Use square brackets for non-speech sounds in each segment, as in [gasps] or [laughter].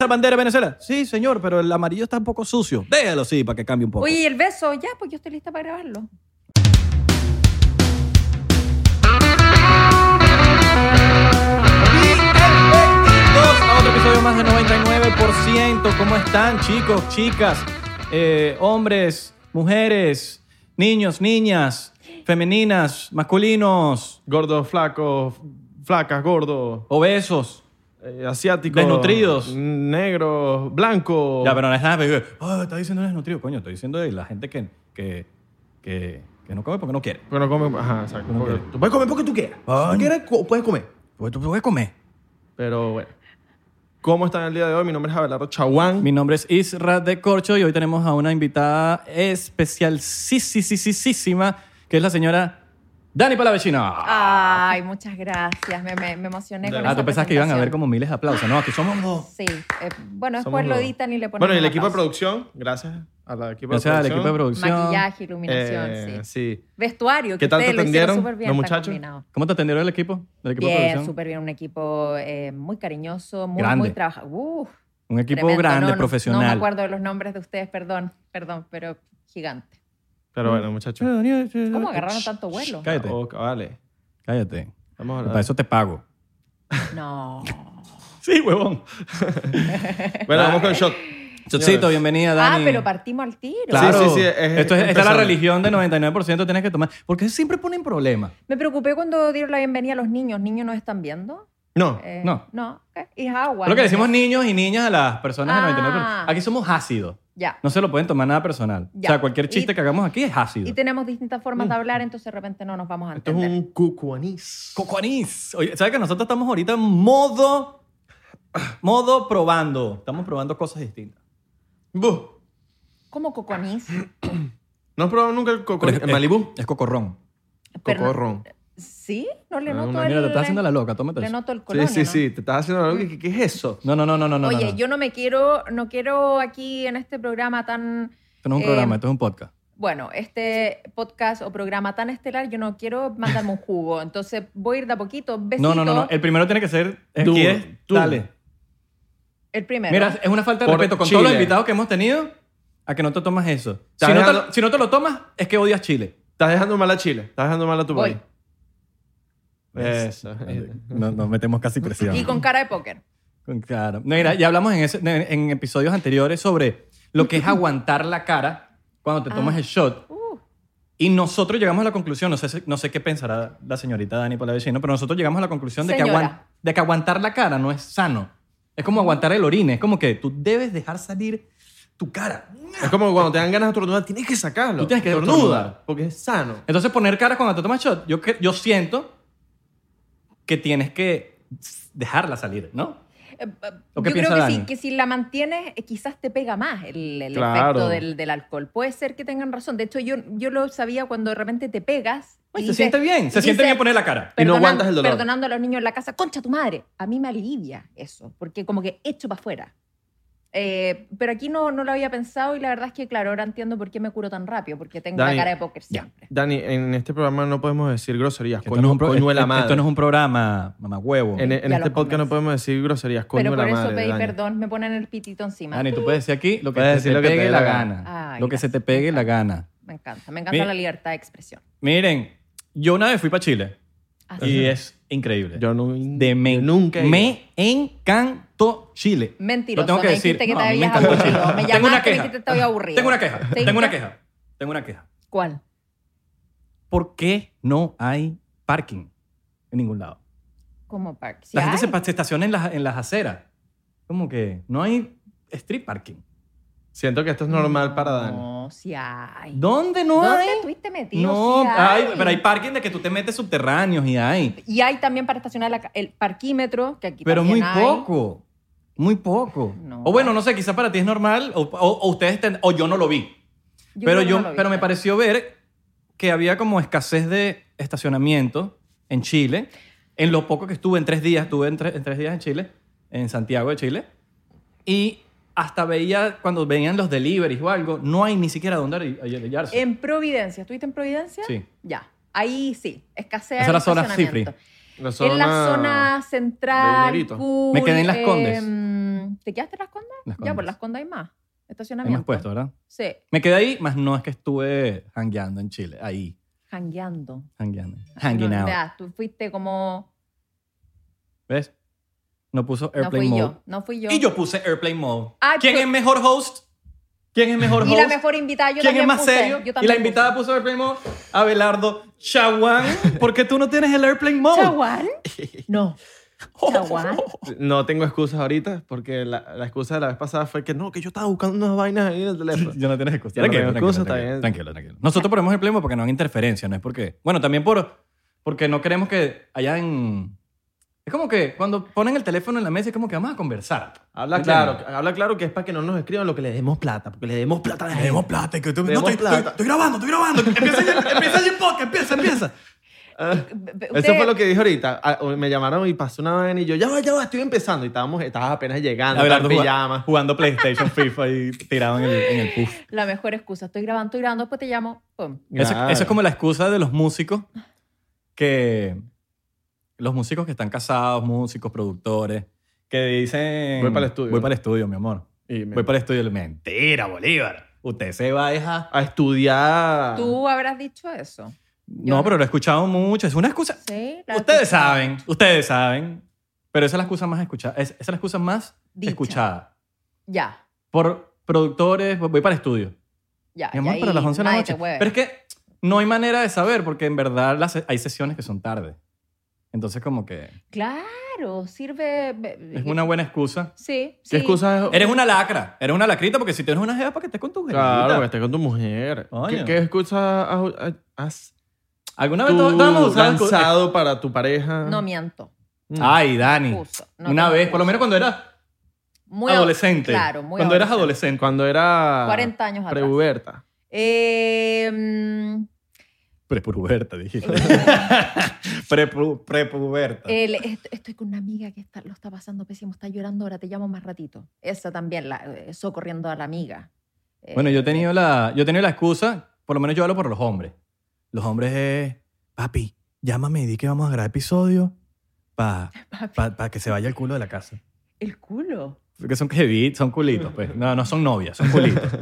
esa bandera de Venezuela? Sí, señor, pero el amarillo está un poco sucio. Déjalo, sí, para que cambie un poco. Oye, ¿y el beso? Ya, pues yo estoy lista para grabarlo. Bienvenidos a otro episodio más de 99%. ¿Cómo están, chicos, chicas, eh, hombres, mujeres, niños, niñas, femeninas, masculinos, Gordos, flacos, flacas, gordos, obesos? eh, asiáticos. Desnutridos. Negros, blancos. Ya, pero no es nada. pero, "Ah, está diciendo desnutrido, coño. Estoy diciendo de la gente que, que, que, que no come porque no quiere. Porque no comen. Ajá, exacto. No porque- quiere. tú puedes comer porque tú quieras. Coño. Si quieres, co- puedes comer. Pues tú puedes comer. Pero bueno. ¿Cómo están el día de hoy? Mi nombre es Abelardo Chaguán. Mi nombre es Isra de Corcho y hoy tenemos a una invitada especial, sí, sí, sí, sí, sí, sí, ma, que es la señora Dani Palavecina. Ay, muchas gracias. Me, me, me emocioné con ah, esa tú pensabas que iban a haber presentación. como miles de aplausos. No, aquí somos dos. Sí. eh, bueno, Somos después lo dos. editan y le ponen Bueno, y el equipo de producción, gracias a la equipo Gracias al de equipo de producción. producción. Maquillaje, iluminación, Eh, sí. sí. Vestuario, que ¿Qué tal te ustedes lo hicieron atendieron súper bien, los está muchachos? combinado. ¿Cómo te atendieron el equipo? El equipo de Bien, producción. súper bien. Un equipo eh, muy cariñoso, muy, Grande. muy trabajado. Uf, Un equipo tremendo. grande, No, no- No me profesional. acuerdo de los nombres de ustedes, perdón, perdón, pero gigante. Pero bueno, muchachos. ¿Cómo agarraron tanto vuelo? Mm. Cállate, Oh, vale. cállate. Vamos a Para hablar. eso te pago. No. Sí, huevón. Bueno, vamos con el shot. Chocito, bienvenida, Dani. Ah, pero partimos al tiro. Claro. Sí, sí, sí, es- Esto es, esta es es la personal. religión de 99% tienes que tomar. Porque siempre ponen problemas. Me preocupé cuando dieron la bienvenida a los niños. ¿Niños nos están viendo? No. Eh, No. No, ok. es agua. Lo que ¿no? decimos niños y niñas a las personas Ah. del 99%. Aquí somos ácidos. Ya. No se lo pueden tomar nada personal. Ya. O sea, cualquier chiste Y- que hagamos aquí es ácido. Y tenemos distintas formas de Mm. hablar, entonces de repente no nos vamos a Esto es entender. un cucuanís. Cocoanís. Oye, ¿sabes que nosotros estamos ahorita en modo. [clears throat] Modo probando. Estamos probando cosas distintas. Buh. ¿Cómo coconís? [gasps] ¿No has probado nunca el Pero eh, cocuanís? es- ¿El Malibú? Es cocorrón. Pero- Cocorrón. ¿Sí? No le Ah, noto una- el... Mira, te estás haciendo la loca, tómate Le eso. noto el color. Sí, sí, sí. Te estás haciendo algo. que- ¿Qué es eso? No, no, no, no, no. no, Oye, no. yo no me quiero, no quiero aquí en este programa tan, Esto no es un eh, programa, esto es un podcast. bueno, este podcast o programa tan estelar, yo no quiero mandarme un jugo. Entonces voy a ir de a poquito, besito. No, no, no, no. El primero tiene que ser. Tú, Aquí es. tú. Dale. El primero. Mira, es una falta de Por respeto con Chile. todos los invitados que hemos tenido a que no te tomas eso. Si Estás no, te, lo- dejando- si no te lo tomas, es que odias Chile. Estás dejando mal a Chile. Estás dejando mal a tu Voy. país. Eso. No, no metemos casi presión. y con cara de póker. Con cara. No, Mira, ya hablamos en, ese- en- en episodios anteriores sobre lo que es aguantar la cara cuando te tomas el shot. Uh, Y nosotros llegamos a la conclusión, no sé, si- no sé qué pensará la señorita Dani Palavecino, pero nosotros llegamos a la conclusión de que, Señora. aguan- de que aguantar la cara no es sano. Es como aguantar el orine, es como que tú debes dejar salir tu cara. Es como cuando te dan ganas de estornudar, tienes que sacarlo. Tú tienes que Estornuda, estornudar. Porque es sano. Entonces poner cara cuando te tomas shot, yo, que- yo siento que tienes que dejarla salir, ¿no? eh, eh, ¿O Yo qué creo piensa que Dani? si, que si la mantienes, eh, quizás te pega más el, el Claro. efecto del, del alcohol. Puede ser que tengan razón. De hecho, yo, yo lo sabía cuando de repente te pegas. Ay, Pues, y se dices- siente bien, se y siente dices, bien poner la cara. Y no Perdonan- aguantas el dolor. Perdonando a los niños en la casa, concha tu madre. A mí me alivia eso, porque como que echo para afuera. Eh, pero aquí no, no lo había pensado y la verdad es que, claro, ahora entiendo por qué me curo tan rápido, porque tengo Dani, la cara de póker ya. siempre. Dani, en este programa no podemos decir groserías. Esto no es Coño, un pro- coño de la esto- madre. Esto no es un programa, mamá huevo. En, Ya en este lo podcast conversé. no podemos decir groserías. Coño Pero de por la eso madre. pedí Dani. perdón, me ponen el pitito encima. Dani, Ah, tú puedes decir aquí lo que Puedes se decir te lo que te pegue dé la la gana. Ay, lo que se te gracias. pegue la gana. Me encanta, me encanta Mi- la libertad de expresión. Miren, yo una vez fui para Chile y Así. es increíble. Yo no, De me, yo nunca. he ido. me encantó Chile. Mentiroso, Lo tengo que me decir. dijiste que No, te a mí me habías encantó Chile. aburrido. Me llamaste Tengo una y me queja. dijiste estoy aburrido. Tengo una queja. ¿Te Tengo una dijiste? queja. Tengo una queja. ¿Cuál? ¿Por qué no hay parking en ningún lado? ¿Cómo park? Sí La gente hay. se, pa- se estaciona en las, en las aceras. Como que no hay street parking. Siento que esto es normal para Dani. No, sí hay. ¿Dónde no ¿Dónde hay? estuviste metido? No, Sí hay, pero hay parking de que tú te metes subterráneos y hay. Y hay también para estacionar la ca- el parquímetro, que aquí Pero muy también hay. poco. Muy poco. No. O bueno, no sé, quizás para ti es normal o, o- o ustedes ten- o yo no lo vi. pero Yo creo que yo no lo vi. pero me pareció ver que había como escasez de estacionamiento en Chile. En lo poco que estuve en tres días, estuve en, tre- en tres días en Chile, en Santiago de Chile. Y hasta veía cuando venían los deliveries o algo, no hay ni siquiera dónde arri- arrodillarse. En Providencia, ¿estuviste en Providencia? Sí. Ya. Ahí sí, Esa escasea es el la zona estacionamiento. Cifri. La En la zona central. Dinerito. cool, Me quedé en Las Condes. em, ¿Te quedaste en las condas? Las Ya, Condes. por las condas hay más. Hay Estacionamiento. más puesto, ¿verdad? Sí, Me quedé ahí, más no es que estuve hangueando en Chile. Ahí, hangueando. hangueando. Hanging No, out. vea, tú fuiste como... ¿Ves? No puso No airplane fui mode. yo, no fui yo. Y yo puse airplane mode. Ah, ¿Quién pero- es mejor host? ¿Quién es mejor Y host? la mejor invitada, yo ¿Quién es también más puse, serio? yo Y la también invitada puso airplane mode. Abelardo Chaguán. ¿Por qué tú no Oh, tienes el airplane mode? puse. ¿Chaguán? No. ¿Chaguán? No tengo excusas ahorita porque la, la excusa de la vez pasada fue que no, que yo estaba buscando unas vainas ahí en el teléfono. [laughs] Yo no tienes excusa. Yo no Tranquilo, tengo tranquilo, excusa, tranquilo, está bien. tranquilo, tranquilo. Nosotros ponemos el pleno porque no hay interferencia, no es porque... Bueno, también por, porque no queremos que allá en... Es como que cuando ponen el teléfono en la mesa es como que vamos a conversar. Habla ¿Entiendes? claro, habla claro que es para que no nos escriban lo que le demos plata, porque le demos plata a la Le gente. demos plata. y Que tú- Le no, demos estoy, plata. estoy- estoy grabando, estoy grabando. Empieza ya, empieza ya el podcast, empieza, empieza. Ah, Eso Usted- fue lo que dije ahorita. Ah, Me llamaron y pasó una vaina y yo, ya va, ya va, estoy empezando. Y estábamos, estabas apenas llegando, estaba en Abelardo pijama. jugando, jugando PlayStation, FIFA y tirado en el, en el puff. La mejor excusa. Estoy grabando, estoy grabando, después te llamo. Pum. Eso, Claro. eso es como la excusa de los músicos que... Los músicos que están casados, músicos, productores, que dicen... Voy para el estudio. Voy para el estudio, mi amor. Y me- Voy para el estudio. y le- Mentira, Bolívar. Usted se va a dejar... a Ah. estudiar. Tú habrás dicho eso. Yo No, no. pero lo he escuchado mucho. Es una excusa... Sí. la Ustedes excusa. saben, ustedes saben. Pero esa es la excusa más escuchada. es- esa es la excusa más Dicha. escuchada. Ya, Por productores, voy para el estudio. ya. Mi amor, ya, para y las 11 de la nadie noche. te mueve. Pero es que no hay manera de saber, porque en verdad las- hay sesiones que son tarde. Entonces, como que Claro, sirve... es una buena excusa. Sí, ¿Qué sí. excusa es? Eres una lacra, eres una lacrita, porque si tienes una jeva para que estés con tu jeva. Claro, que estés con tu mujer. Coño. ¿Qué, qué excusa has, has ¿Alguna vez tú to- todos hemos usado excu- lanzado para tu pareja? No miento. Mm. Ay, Dani. Excusa. No una tengo vez, por lo excusa. menos cuando eras Muy adolescente. Claro, muy Cuando eras adolescente. adolescente. Cuando era 40 años atrás. prepuberta. Eh, [laughs] mm, Prepuberta, dije. Eh. [laughs] Prepu- Prepuberta. el- est- estoy con una amiga que está, lo está pasando pésimo, está llorando ahora, te llamo más ratito. Esa también, la, eh, socorriendo a la amiga. Eh, Bueno, yo he tenido la, yo he tenido la excusa, por lo menos yo hablo por los hombres. Los hombres es, papi, llámame y di que vamos a grabar episodio para Eh, Papi, que se vaya el culo de la casa. El culo. Porque son heavy, son culitos, pues. No, no son novias, son culitos.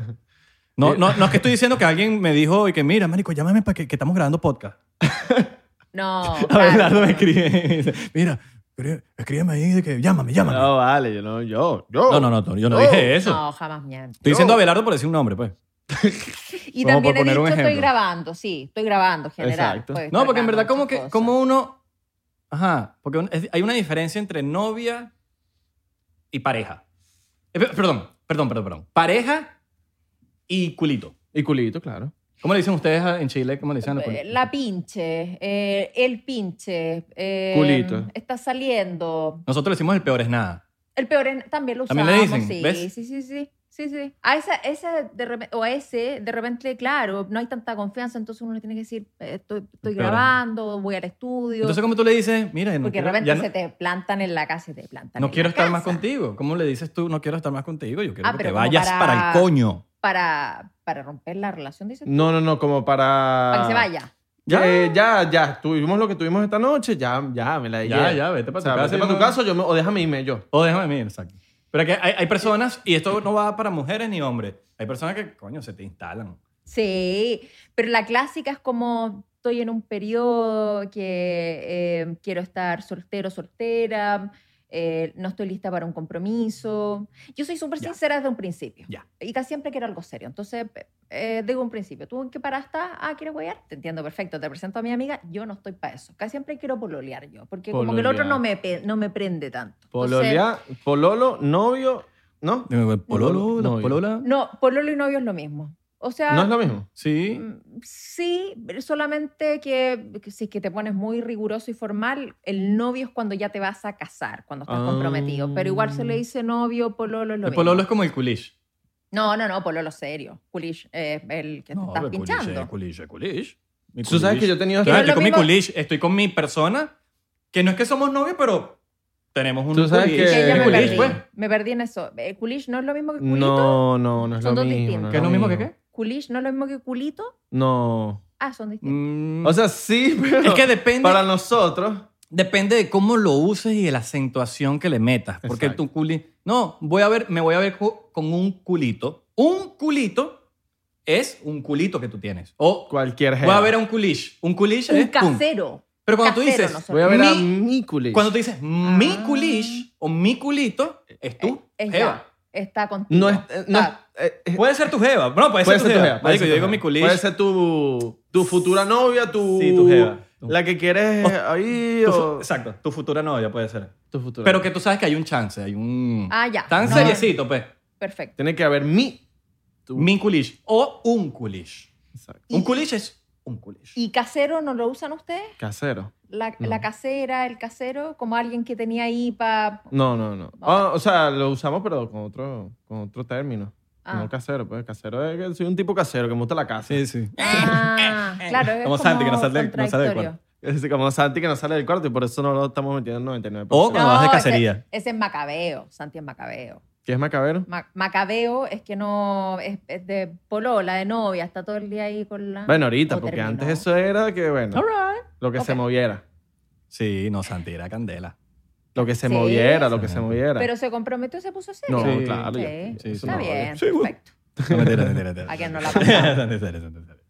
No, no, no es que estoy diciendo que alguien me dijo y que, mira, marico, llámame para que, que estamos grabando podcast. No. [laughs] Abelardo [laughs] claro. me escribe, dice, mira, escrí- escríbeme ahí de que llámame, llámame. No, vale, yo no, yo, yo. No, no, no, no, yo no No. dije eso. Uh, Oh. No, jamás miento. Estoy diciendo Abelardo por decir un nombre, pues. Y Como por también he poner dicho, un estoy ejemplo. grabando, sí, estoy grabando, general. Exacto. pues, No, porque en grabando verdad como muchas que cosas. como uno... Ajá, porque un- es- hay una diferencia entre novia y pareja. Eh, pe- perdón, perdón, perdón, perdón. Pareja y culito. Y culito, claro. ¿Cómo le dicen ustedes a- en Chile? ¿Cómo le dicen a los Eh, culitos? La pinche, eh, el pinche. eh, Culito. Está saliendo. Nosotros le decimos el peor es nada. El peor en- también lo usamos. También le dicen, sí, ¿ves? sí, sí, sí. Sí, sí. A esa, esa de repen- o a ese, de repente, claro, no hay tanta confianza, entonces uno le tiene que decir, eh, estoy, estoy Claro. grabando, voy al estudio. Entonces, ¿cómo tú le dices? Mira, no porque de quiero, repente ya se no, te plantan en la casa, se te plantan. no en quiero la estar más casa. contigo. ¿Cómo le dices tú? No quiero estar más contigo. Yo quiero Ah, que te pero como vayas para... para- el coño. Para, para romper la relación, dices. No, no, no, como para. Para que se vaya. Ya, eh, ya, ya. Tuvimos lo que tuvimos esta noche, ya, ya, me la Ya, dije. ya, vete para O sea, tu casa. vete y para no- tu casa o yo me- o déjame irme yo. O déjame mí, exacto. Pero que hay, hay personas, y esto no va para mujeres ni hombres, hay personas que, coño, se te instalan. Sí, pero la clásica es como estoy en un periodo que eh, quiero estar soltero, soltera, eh, no estoy lista para un compromiso. Yo soy súper Ya. sincera desde un principio. Ya. Y casi siempre quiero algo serio. Entonces, eh, digo un principio, ¿tú en qué parada estás? Ah, ¿quieres huear? Te entiendo, perfecto. Te presento a mi amiga. Yo no estoy para eso. Casi siempre quiero pololear yo, porque como que el otro Pololear. no me, pe- no me prende tanto. Entonces, Pololear, pololo, novio, ¿no? Pololo, No, yo- polola. No, pololo y novio es lo mismo. O sea, No es lo mismo. Sí. Mm, Sí, pero solamente que, que si es que te pones muy riguroso y formal, el novio es cuando ya te vas a casar, cuando estás Ah. comprometido. Pero igual se le dice novio, pololo, es lo Ah. El mismo. pololo es como el culish. No, no, no, pololo serio. Culish, eh, el que te estás pero culish pinchando. es culish, es culish. Mi Tú sabes culish. que yo he tenido. Claro, Pero estoy lo con mi mismo- culish, estoy con mi persona, que no es que somos novios, pero tenemos un Tú sabes culish. que- Que ya Es me culish, perdí. pues. Me perdí en eso. Eh, Culish no es lo mismo que culito. No, no, no es Son lo dos mismo. distintos. ¿Que es lo mismo que qué? Culish no es lo mismo que culito. No. Ah, son distintos. Mm, O sea, sí, [laughs] pero. es que depende, Para nosotros. depende de cómo lo uses y de la acentuación que le metas. Porque Exacto. tu culish... No, voy a ver, me voy a ver co- con un culito. Un culito es un culito que tú tienes. O Cualquier voy a jeva. ver a un culiche. Un culiche Un Mm, es pum. casero. Pero cuando tú casero dices, nosotros. Voy a ver a Mi- Miculín. cuando tú dices mi Ah. Eh, culiche o mi culito, es tú, Es ya, jeva. está contigo. No es... eh, No, es- eh, eh, Puede ser tu jeva. No, puede, puede ser tu jeva. puede Marico, yo ser tu digo jeva. mi culiche. Puede ser tu, tu futura novia, tu... Sí, tu jeva. La que quieres ahí Tu fu- o... exacto, tu futura novia puede ser. Tu futura. Pero que tú sabes que hay un chance, hay un... Ah, ya. Tan No, seriecito, pues. Perfecto. Tiene que haber mi... Tu... Mi culiche o un culiche. Exacto. Un culiche es un culiche. ¿Y casero no lo usan ustedes? Casero. La, No. la casera, el casero, como alguien que tenía ahí para... No, no, no. Ah, o sea, lo usamos pero con otro, con otro término. Ah. No casero, pues. Casero es que soy un tipo casero que me gusta la casa. sí. Ah, claro. Es Como como Santi, que no sale- no sale del contradictorio. cuarto. Es como Santi que no sale del cuarto y por eso no lo estamos metiendo en 99%. O cuando vas de ese- cacería. Ese es Macabeo, Santi es Macabeo. ¿Qué es macabero? Ma- macabeo es que no, es, es de polola, de novia, está todo el día ahí con la... Bueno, ahorita, O porque terminó. antes eso era que, bueno, lo que se Ok. moviera. Sí, no, Santi, era [laughs] candela. Lo que se Sí. moviera, lo que Sí. se moviera. Pero se comprometió, se puso serio. no, Sí. claro. Sí. Sí, ya- eso Está no. bien, Sí, bueno. perfecto. No, mentira, mentira, mentira. ¿A [laughs] quién no la pasamos? Santi, serio, Santi, serio.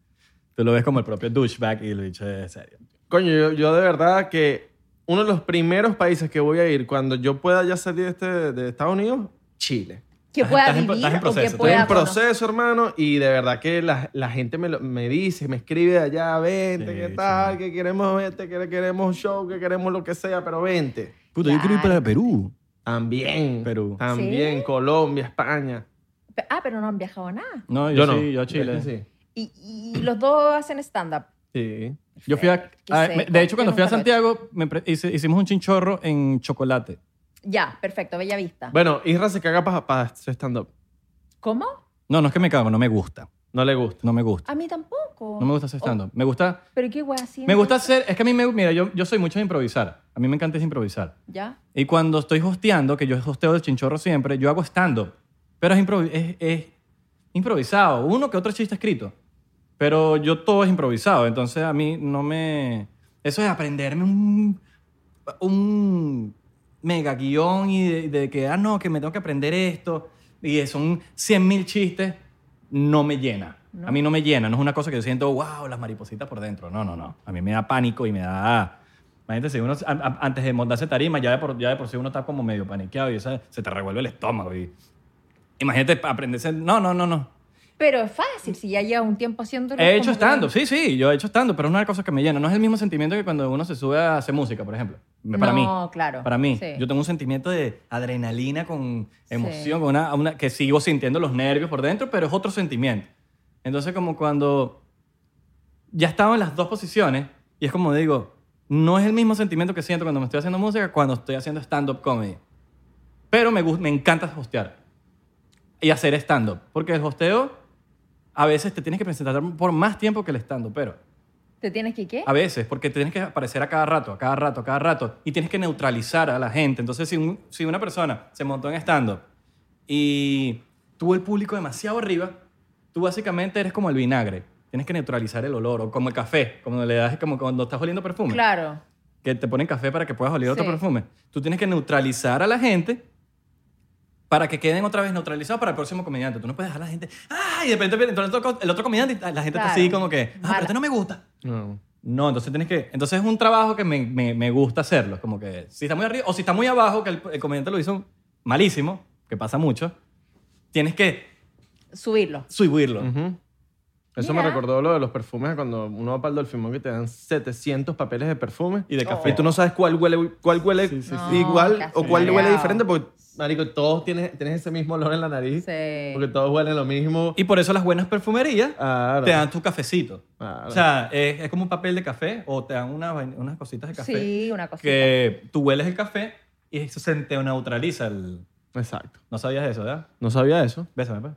Tú lo ves como el propio douchebag y lo dicho es serio. Coño, yo, yo de verdad que uno de los primeros países que voy a ir cuando yo pueda ya salir de, este, de Estados Unidos, Chile. Que Estás- pueda estás en pro- vivir estás en o proceso, que Estoy pueda en proceso, hermano, y de verdad que la, la gente me, lo- me dice, me escribe de allá, vente, Sí, qué sí. tal, que queremos verte, que queremos show, que queremos lo que sea, pero vente. Puta, yo quiero ir para Perú. También. Perú. También, ¿Sí? Colombia, España. conocer. Ah, pero no han viajado a nada. No, yo, Yo no. sí, yo a Chile. Sí. Y, y los dos hacen stand-up. Sí. Yo fui a... Qué a- seco, me- de hecho, yo cuando fui a nunca lo he Santiago, me pre- hice- hicimos un chinchorro en chocolate. Ya, perfecto, bella vista. Bueno, Isra se caga para su stand-up. ¿Cómo? No, no es que me cago, no me gusta. No le gusta. No me gusta. A mí tampoco. Oh, No me gusta hacer stand-up. Me gusta... Pero qué guay así. Me gusta hacer... Es que a mí me... Mira, yo, yo soy mucho de improvisar. A mí me encanta es improvisar. Ya. Y cuando estoy hosteando, que yo hosteo el chinchorro siempre, yo hago stand-up. Pero es, improvi- es- es improvisado. Uno que otro chiste escrito. Pero yo todo es improvisado. Entonces a mí no me... Eso es aprenderme un... un mega guión y de, de que, ah, no, que me tengo que aprender esto. Y son 100.000 chistes. No me llena. No. A mí no me llena. No es una cosa que yo siento, wow, las maripositas por dentro. No, no, no. A mí me da pánico y me da... Imagínate, si uno a- a- antes de montarse tarima, ya de, por, ya de por sí uno está como medio paniqueado y esa- se te revuelve el estómago. Y, imagínate aprenderse. No, no, no, no. Pero es fácil, si ya lleva un tiempo haciéndolo. He es hecho como que- stand-up, sí, sí, yo he hecho stand-up, pero es una cosa que me llena. No es el mismo sentimiento que cuando uno se sube a hacer música, por ejemplo. Para No, mí. claro, Para mí. sí. Yo tengo un sentimiento de adrenalina con Sí. emoción, con una, una- que sigo sintiendo los nervios por dentro, pero es otro sentimiento. Entonces, como cuando ya estaba en las dos posiciones, y es como digo, no es el mismo sentimiento que siento cuando me estoy haciendo música cuando estoy haciendo stand-up comedy. Pero me, gus- me encanta hostear y hacer stand-up, porque el hosteo a veces te tienes que presentar por más tiempo que el stand-up, pero ¿Te tienes que qué? a veces, porque tienes que aparecer a cada rato, a cada rato, a cada rato, y tienes que neutralizar a la gente. Entonces, si, un- si una persona se montó en stand-up y tuvo el público demasiado arriba, tú básicamente eres como el vinagre. Tienes que neutralizar el olor, o como el café, como le das, como cuando estás oliendo perfume Claro. que te ponen café para que puedas oler otro Sí. perfume. Tú tienes que neutralizar a la gente para que queden otra vez neutralizados para el próximo comediante. Tú no puedes dejar a la gente. ¡Ah! Y de repente viene el otro, el otro comediante y la gente está así Claro. como que. ¡Ah, pero Mala. este no me gusta! No. No, entonces tienes que. Entonces es un trabajo que me, me- me gusta hacerlo. Como que si está muy arriba o si está muy abajo, que el, el comediante lo hizo malísimo, que pasa mucho, tienes que Subirlo. subirlo. Ujú. Eso Mira. me recordó lo de los perfumes cuando uno va para el Dolfimón que te dan 700 papeles de perfume Y de café. y tú no sabes cuál huele, cuál huele Sí, sí, sí. igual Oh. No, casi o cuál no. huele diferente porque, marico, todos tienes, tienes ese mismo olor en la nariz Sí. porque todos huelen lo mismo. Y por eso las buenas perfumerías Claro. te dan tu cafecito. Claro. O sea, es, es como un papel de café o te dan una vaina- unas cositas de café. Sí, una cosita. que tú hueles el café y eso se te neutraliza el... Exacto. No sabías eso, ¿verdad? No sabía eso. Bésame, pues.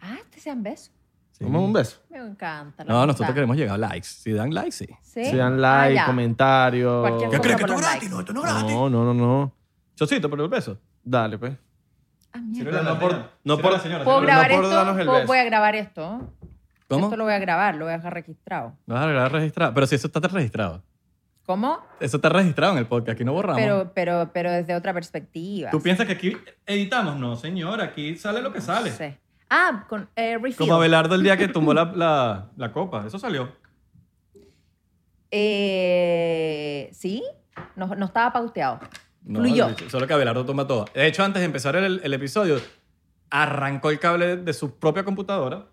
Ah, te sean besos. Sí. Como un beso. Me encanta. la No, amistad. nosotros queremos llegar a likes. Si dan likes, sí. ¿Sí? Se dan like, Ah, ya. comentarios. Cualquier ¿Qué Vamos crees a que por esto es los gratis? likes. No, esto no es gratis. No, no, no, no. Chocito, pero el beso. Dale, pues. Ah, mierda. Sírvela a la No por- señora. Sírvela no a por- la señora, ¿Puedo sírvela a la- grabar por darnos esto? el ¿Puedo- beso. Voy a grabar esto. ¿Cómo? Esto lo voy a grabar, lo voy a dejar registrado. Lo vas a grabar registrado. Pero si eso está registrado. ¿Cómo? Eso está registrado en el podcast, aquí no borramos. Pero, pero, pero desde otra perspectiva. ¿Tú piensas que aquí editamos? No, señor, aquí sale lo que sale. No sé. Ah, con eh, refill. Como Abelardo el día que tumbó la, la- la copa, eso salió. Eh, ¿Sí? No, no estaba pauteado. No, Fluyó. el bicho, Solo que Abelardo toma todo. De hecho, antes de empezar el, el episodio, arrancó el cable de su propia computadora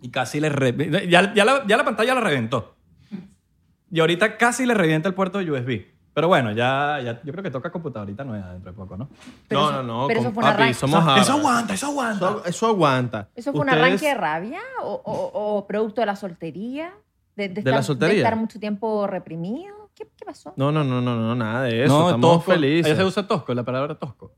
y casi le... re- Ya, ya la, ya la pantalla la reventó. Y ahorita casi le revienta el puerto de USB. Pero bueno, ya, ya yo creo que toca computadorita nueva dentro de poco, ¿no? Pero no, eso- no, no. pero eso con- fue un papi, arranque. somos Harvard. Ah, Eso aguanta, eso aguanta. Eso, eso aguanta. ¿Eso fue un Ustedes- arranque de rabia o, o- o producto de la soltería? ¿De, ¿De la soltería? estar mucho tiempo reprimido? ¿Qué, qué pasó? No, no, no, no, no, nada de eso. no, Estamos tosco. felices. Allá se usa tosco, la palabra tosco.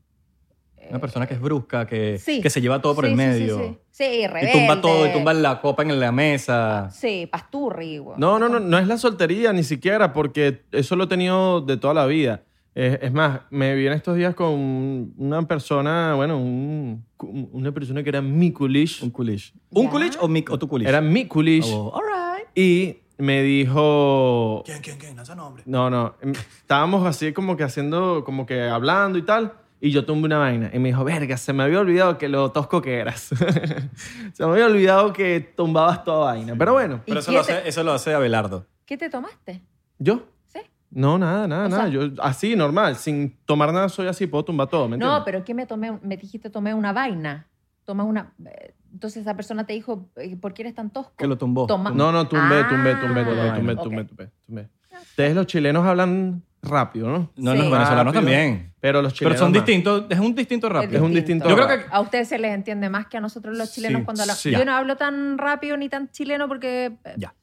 Una persona que es brusca, que, Sí. que se lleva todo por Eh, el Sí, sí, sí, medio. Sí, Sí, Y rebelde. Ah, tumba todo, y tumba la copa en la mesa. Sí, pasturri. güey. No, no, no, no es la soltería ni siquiera, porque eso lo he tenido de toda la vida. Es, es más, me vi en estos días con una persona, bueno, un- una persona que era mi culish. Un culish. ¿Un Ya. culish o, mi, o tu culish? Era mi culish. Oh, all right. Y me dijo, ¿Quién, quién, quién? Lanza nombre. No, no. em, Estábamos así como que haciendo, como que hablando y tal. Y yo tumbé una vaina. Y me dijo, verga, se me había olvidado que lo tosco que eras. [laughs] se me había olvidado que tumbabas toda vaina. Pero bueno, Pero ¿Y eso lo, quién te- hace, eso lo hace Abelardo. ¿Qué te tomaste? yo. ¿Sí? No, nada, nada, O nada. sea- yo así, normal. Sin tomar nada, soy así, puedo tumbar todo. ¿me No, entiendes? pero ¿qué me tomé? Me dijiste tomé una vaina. Toma una... eh, Entonces esa persona te dijo, eh, ¿por qué eres tan tosco? Que lo tumbó. Toma. Tum- No, no, tumbé, tumbé, Ah, tumbé, tumbé, ok, tumbé, ok. tumbé, tumbé, tumbé. Ustedes los chilenos hablan rápido, ¿no? No, Sí. los venezolanos Rápido. también. Pero los chilenos Pero son más. distintos, es un distinto rápido. Es un distinto Yo creo que- A ustedes se les entiende más que a nosotros los Sí, chilenos cuando hablamos. sí. Yo Ya. no hablo tan rápido ni tan chileno porque... eh, Ya.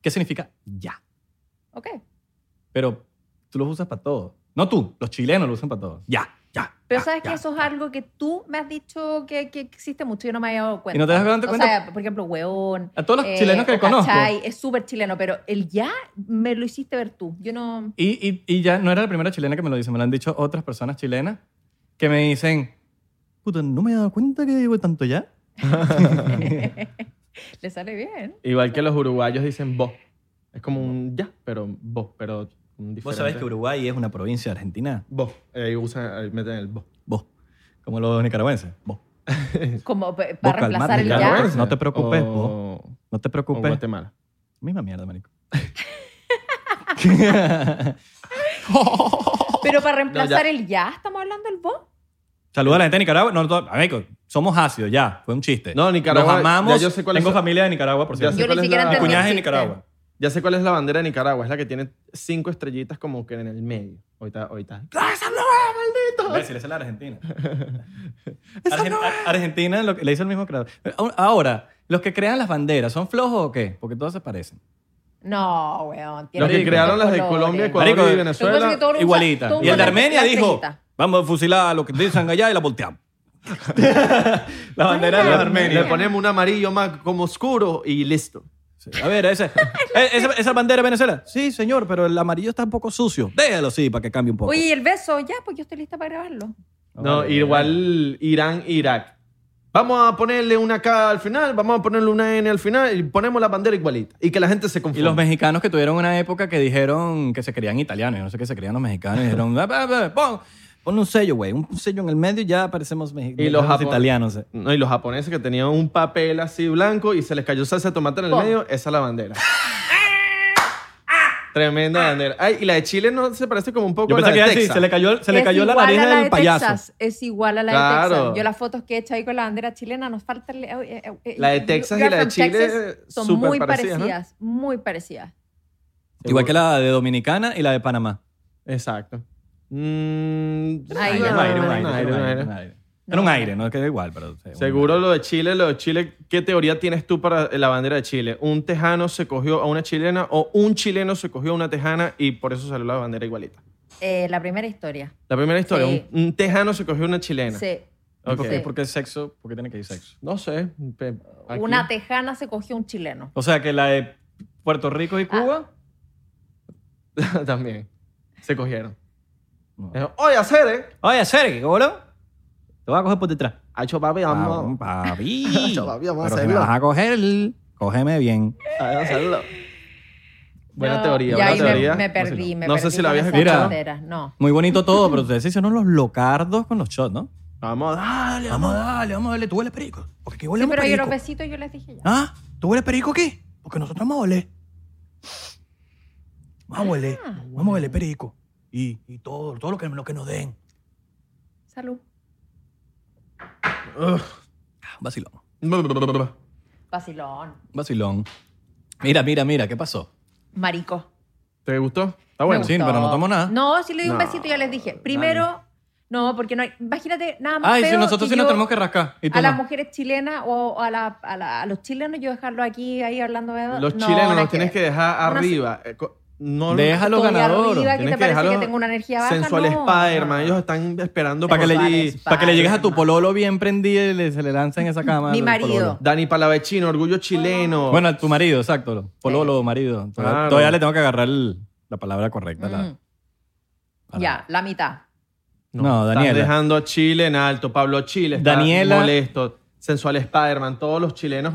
¿Qué significa ya? Ok. Pero tú los usas para todo. No tú, los chilenos lo usan para todo. Ya, ya. Pero ya, sabes ya. que eso es algo que tú me has dicho que, que existe mucho y yo no me había dado cuenta. ¿Y no te has dado O cuenta? sea, eh, por ejemplo, hueón. A todos los chilenos que o cachai, conozco. Es súper chileno, pero el ya me lo hiciste ver tú. Yo no... Y, y, y ya no era la primera chilena que me lo dice, me lo han dicho otras personas chilenas que me dicen, puta, no me he dado cuenta que digo tanto ya. Le sale bien. Igual que los uruguayos dicen vos. Es como un ya, pero vos, pero un diferente. Vos sabés que Uruguay es una provincia de argentina. Vos. Ahí, usan, ahí meten el vos. Vos. Como los nicaragüenses. Vos. Como pa- Vos, para reemplazar calmate, el ya, ya. Roberto. No te preocupes, O, o No te preocupes. Guatemala. Misma mierda, marico. Pero para reemplazar ya. el ya, estamos hablando del vos. Saluda a la gente de Nicaragua. No, no, amigo, somos ácidos ya. Fue un chiste. No, Nicaragua, Los amamos. ya yo sé cuál Tengo es- familia de Nicaragua, por Ya cierto. sé Yo cuál ni es siquiera la- Mi entendí. cuñada es de el chiste. Nicaragua. Ya sé cuál es la bandera de Nicaragua. Es la que tiene cinco estrellitas como que en el medio. Ahorita, ahorita. ¡Esa no es, maldito! Imbécil, esa es la [laughs] Argentina. Argen- Ar- Argentina lo que- le hizo el mismo creador. Ahora, ¿los que crean las banderas son flojos o qué? Porque todas se parecen. No, weón. tiene Los que Marico. crearon las de colores. Colombia, Ecuador Marico, y Lo que pasa es que Venezuela. todo lo usa- Igualita. todo Y el de usa la- Armenia la dijo, estrellita. vamos a fusilar a lo que dicen allá y la volteamos. [laughs] la bandera de Ay, los la armenios. Le ponemos un amarillo más como oscuro y listo. Sí. A ver, [laughs] ese- eh, esa, esa bandera de Venezuela. Sí, señor, pero el amarillo está un poco sucio. Déjalo, sí, para que cambie un poco. Oye, ¿y el beso, ya, pues yo estoy lista para grabarlo. No, igual Irán, Irak. Vamos a ponerle una K al final, vamos a ponerle una N al final y ponemos la bandera igualita. Y que la gente se Y confunda. los mexicanos que tuvieron una época que dijeron que se creían italianos, yo no sé qué se creían los mexicanos, y dijeron, [laughs] "Ah, bah, bah, pon, pon un sello, güey, un sello en el medio y ya parecemos mexicanos. Y los japo- italianos. eh. No, y los japoneses que tenían un papel así blanco y se les cayó salsa de tomate en el Pon. medio, esa es la bandera. Tremenda bandera. Ay, y la de Chile no se parece como un poco Yo a la pensé de que iba a Texas. decir, se le cayó, se le Es cayó la igual nariz a la del de payaso. Texas, es igual a la Claro. de Texas. Yo las fotos que he hecho ahí con la bandera chilena nos falta... el- eh, eh, eh, La de you- Texas you y are la de from Chile, Texas, son súper muy parecidas, parecidas, ¿no? muy parecidas. Igual que la de Dominicana y la de Panamá. Exacto. Mm, Ay, Aire, no, un aire, un no, aire, no, era un un aire, un aire. Era un aire, no quedó igual, pero... sí, un Seguro aire. lo de Chile, lo de Chile, ¿qué teoría tienes tú para la bandera de Chile? ¿Un tejano se cogió a una chilena o un chileno se cogió a una tejana y por eso salió la bandera igualita? Eh, la primera historia. La primera historia, Sí. un, un tejano se cogió a una chilena. Sí. ¿Y ¿Por, Ok. qué, por qué sexo? ¿Por qué tiene que ir sexo? No sé. pe- aquí. Una [laughs] tejana se cogió un chileno. O sea, que la de Puerto Rico y Cuba... También. Se cogieron. No. Dijo, Oye, hacer, ¿eh? Oye, Sergio, boludo. Te voy a coger por detrás. Hacho, papi, Vamos, vamos papi. Chaval, vamos a Pero si me hacerlo. vas a coger, cógeme bien. a hacerlo. Buena Ya teoría, buena ahí me- teoría. Me, No sé perdí, si- me no perdí sé si la con habías esas escuchado. tonteras, No. Muy bonito todo, pero ustedes se hicieron los locardos con los shots, ¿no? Vamos, dale, Vamos a darle, vamos a darle. Tú hueles perico. Porque aquí Sí, huele pero yo perico. los besitos yo les dije ya. ¿Ah? ¿Tú hueles perico aquí? Porque nosotros vamos a oler. Vamos a oler. Ah. Vamos a oler perico. Y, y todo, todo lo que, lo que nos den. Salud. Ah, Vacilón. dale. Vacilón. Vacilón. Mira, mira, mira, ¿qué pasó? Marico. ¿Te gustó? Está Me bueno. Ah, Sí, gustó. pero no tomó nada. No, sí le di un No, besito, ya les dije. Primero, no, porque no hay. Imagínate, nada más. Ay, si feo nosotros que sí nos yo tenemos que rascar. ¿Y tú A las no? mujeres chilenas o a, la- a la- a los chilenos, yo dejarlo aquí, ahí hablando de. Los no, chilenos nada los tienes que ver. dejar Una- arriba. Eh, co- No Déjalo Estoy ganador. arriba, ¿qué Tienes te que parece que dejarlo tengo una energía baja? Sensual no, Spider-Man. no. Ellos están esperando Para que, por- le, Vale, lleg- para que le llegues a tu Spider-Man. pololo bien prendido y le- se le lanza en esa cama. Mi el marido. pololo. Dani Palavecino, orgullo chileno. Bueno, a tu marido, exacto. Pololo, marido. Todavía, Claro. todavía le tengo que agarrar el- la palabra correcta. la- Mm. a la- Ya, la mitad. no, Están Daniela. dejando a Chile en alto. Pablo Chile está Daniela. molesto. Sensual Spider-Man. Todos los chilenos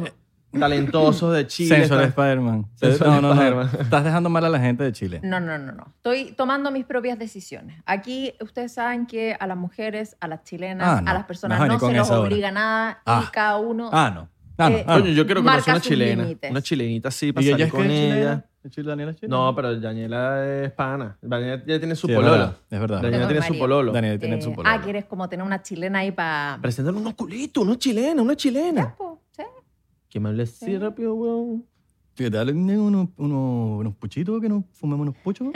talentosos de Chile. Sensual están- Spider-Man. Sensual no, no, no. Spider-Man. Estás dejando mal a la gente de Chile. No, no, no, no. Estoy tomando mis propias decisiones. Aquí ustedes saben que a las mujeres, a las chilenas, Ah, no. a las personas Ajá, ni no con se nos esa hora. obliga nada Ah. y cada uno. Ah, no. Ah, no. Eh, ah, no. Coño, yo quiero Marca conocer una sus chilena. límites. Una chilenita así, Y pasar ella es que con es ella. chilena. ¿Es chile- Daniela es chilena? No, pero Daniela es pana. Daniela ya tiene su Sí, es pololo. verdad, es verdad. Daniela Con tiene su Mario. pololo. Daniela tiene eh, su pololo. ah, quieres como tener una chilena ahí para. Preséntale unos culitos, una chilena, una chilena. Que me hable así rápido, weón. Sí, dale unos, unos, unos puchitos que nos fumemos unos [laughs] puchos.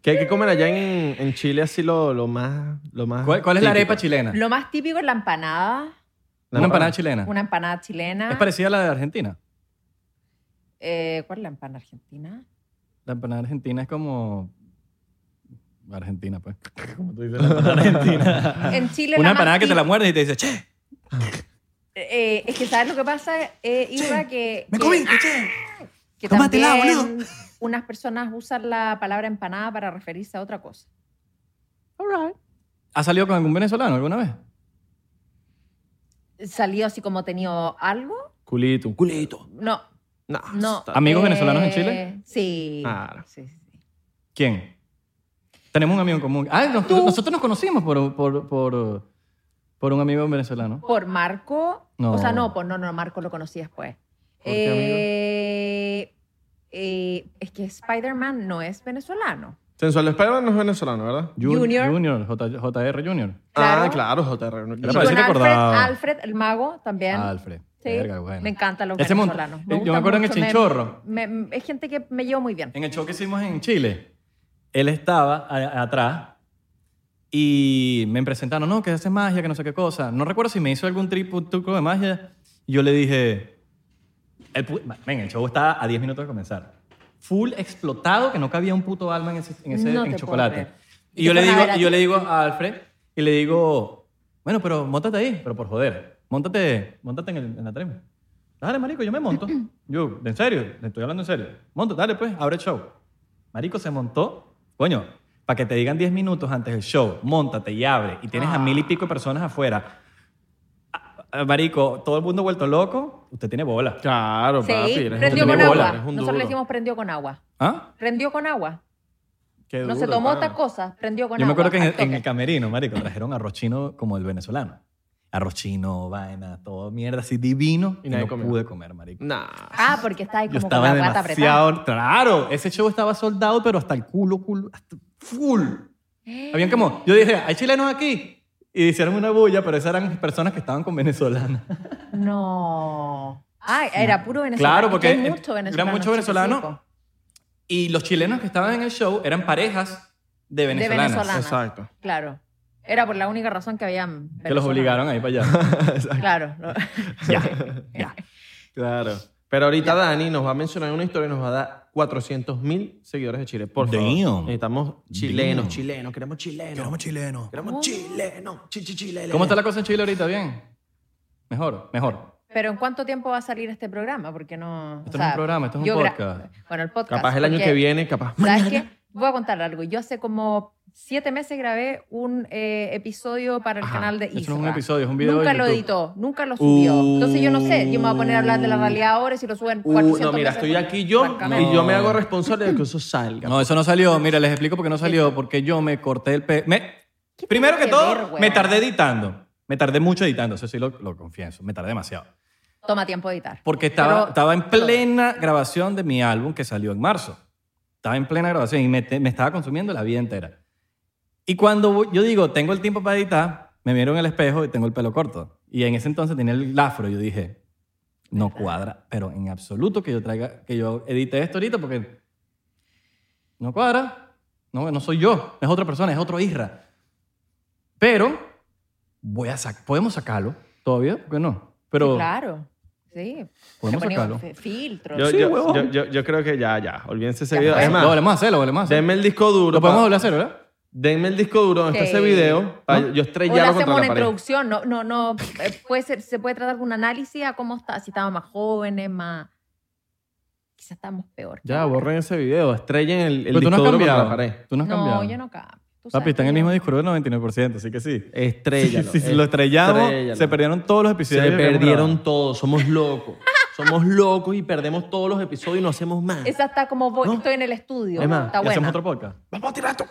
¿Qué hay que comer allá en, en Chile así lo, lo más, lo más ¿Cuál, cuál es la típico? arepa chilena? Lo más típico es la empanada, La Una empanada chilena. una empanada chilena. Ah. Es parecida a la de Argentina. Eh, ¿Cuál es la empanada argentina? La empanada argentina es como. Argentina, pues. Como tú dices, la empanada argentina. En Chile [laughs] Una la más empanada que te la típica- muerdes y te dice, che, Eh, es que sabes lo que pasa, eh, Iba, que, me que- comiste, che. que tómatela, también boludo. unas personas usan la palabra empanada para referirse a otra cosa. ¿Has salido con algún venezolano alguna vez? ¿Salió así como tenido algo? Culito, un [laughs] culito. No, No. no. está- A mí- ¿Amigos Eh, venezolanos en Chile? Ah. Sí. Claro. sí, sí, sí. ¿Quién? Tenemos un amigo en común. Ah, nos- Tú. nosotros nos conocimos por, por, por, por un amigo venezolano. Por Marco. No. O sea, no, por, no, no, Marco lo conocí después. ¿Por qué, amigo? Eh, eh, es que Spider-Man no es venezolano. Sensual Spider-Man no es venezolano, ¿verdad? Ju- Junior. Junior, J- JR Junior. Claro. Ah, claro, JR. no- Era para Y decirle con Alfred, acordado. Alfred, el mago, también. Alfred. Sí. Verga, bueno. Me encantan los Ese mon- venezolanos. eh, yo me gustan acuerdo en el mucho, me- Chinchorro. me- me- es gente que me llevo muy bien. En el show que hicimos en Chile, él estaba a- atrás y me presentaron, no, que hace magia, que no sé qué cosa. No recuerdo si me hizo algún tripu- truco de magia. Y yo le dije, el pu- Ven, el show está a 10 minutos de comenzar. Full explotado, que no cabía un puto alma en ese, en ese No en te chocolate. puedo creer. Y Y yo, te le ponen a digo, ver a y yo ti. le digo a Alfred y le digo, bueno, pero montate ahí, pero por joder, montate, montate en, el- en la trema. Dale, marico, yo me monto. Yo, en serio, le estoy hablando en serio. Monto, dale pues, abre el show. Marico se montó, coño, para que te digan 10 minutos antes del show, montate y abre, y tienes a Ah. mil y pico de personas afuera. Ah, Marico, todo el mundo vuelto loco, usted tiene bola. Claro, papi. Sí, eres un prendió un con duro, agua. eres un Nosotros duro. le decimos prendió con agua. ¿Ah? Prendió con agua. Qué no se duro, tomó pana. otra cosa, prendió con Yo me agua. acuerdo que en el, al en el toque. camerino, marico, trajeron arroz chino como el venezolano. Arroz chino, vaina, todo mierda así divino. Y Y, nadie no comió. pude comer, marico. Nah. Ah, porque está ahí Yo como con estaba la guata apretada. demasiado... Claro, ese show estaba soldado, pero hasta el culo, culo, hasta full. Eh. Habían como... Yo dije, ¿hay chilenos aquí? Y hicieron una bulla, pero esas eran personas que estaban con venezolanas. No. Ah, era puro venezolano. Claro, porque Hay en- mucho eran venezolano, muchos venezolanos. chico, Y los chilenos que estaban en el show eran parejas de venezolanas. venezolanas. Exacto. chico. Claro. Era por la única razón que habían Que los venezolanos. obligaron a ir para allá. [laughs] Claro. lo- ya, ya. Claro. Pero ahorita Dani nos va a mencionar una historia y nos va a dar 400 mil seguidores de Chile. Por favor. Damn. Necesitamos chilenos, Damn. chilenos. Queremos chilenos. Queremos chilenos. chilenos. Chi, chi, chilenos. ¿Cómo está la cosa en Chile ahorita? ¿Bien? Mejor, mejor. [laughs] Pero ¿en cuánto tiempo va a salir este programa? Porque no... Esto no es un programa, esto es un yo gra- podcast. Bueno, el podcast. Capaz el año porque- que viene, capaz. ¿Sabes qué? Voy a contar algo. Yo hace como siete meses grabé un eh, episodio para el Ajá, canal de eso no es Isra. un episodio, es un video Nunca de lo YouTube. editó, nunca lo subió. Entonces yo no sé, yo me voy a poner a hablar de Uh. la realidad ahora y si lo suben Uh, 400 no, mira, veces, estoy aquí yo francamente. y yo me hago responsable de que eso salga. No, eso no salió. Mira, les explico por qué no salió. Porque yo me corté el pe... me- ¿Qué Primero tiene que que ver, todo, weón? me tardé editando. Me tardé mucho editando, eso sí lo, lo confieso. Me tardé demasiado. Toma tiempo de editar. Porque estaba, Pero- estaba en plena grabación de mi álbum que salió en marzo. Estaba en plena grabación y me, te- me estaba consumiendo la vida entera. Y cuando voy- yo digo, tengo el tiempo para editar, me miro en el espejo y tengo el pelo corto. Y en ese entonces tenía el afro. Yo dije, no cuadra, pero en absoluto que yo traiga, que yo edite esto ahorita porque no cuadra. No, no soy yo, es otra persona, es otro Isra. Pero voy a sac- podemos sacarlo todavía, ¿por qué no? Pero Sí, claro. Sí. Podemos Le sacarlo. ponemos fe- Filtros. Yo, Sí, yo- huevón. yo- yo- yo creo que ya, ya. Olvídense ese Ya video. fue. Es lo más, volvemos a hacer, lo volvemos a hacer. denme el disco duro. Lo podemos pa- volver a hacer, ¿verdad? Denme el disco duro donde está Sí. ese video. pa- ¿No? Yo o le estrellarlo hacemos contra una la pared. introducción, no, no, no, eh, puede ser, se puede tratar de un análisis a cómo está, si estábamos más jóvenes, más, quizás estábamos peor. Ya, borren ese video. Estrellen el, el Pero tú disco no has duro contra cambiado. la pared. Tú no has No, cambiado. yo no cambio. Tú sabes Papi, está en que el yo- mismo disco duro del 99%, así que sí. Estrellalo. Sí, sí, lo estrellamos, estrellalo. se perdieron todos los Se episodios. que hemos perdieron grabado. todos. Somos locos. Somos locos y perdemos todos los episodios y no hacemos más. Esa está como, voy- No. estoy en el estudio, Es más, está ¿Y hacemos buena. otro podcast. Vamos a tirar esto.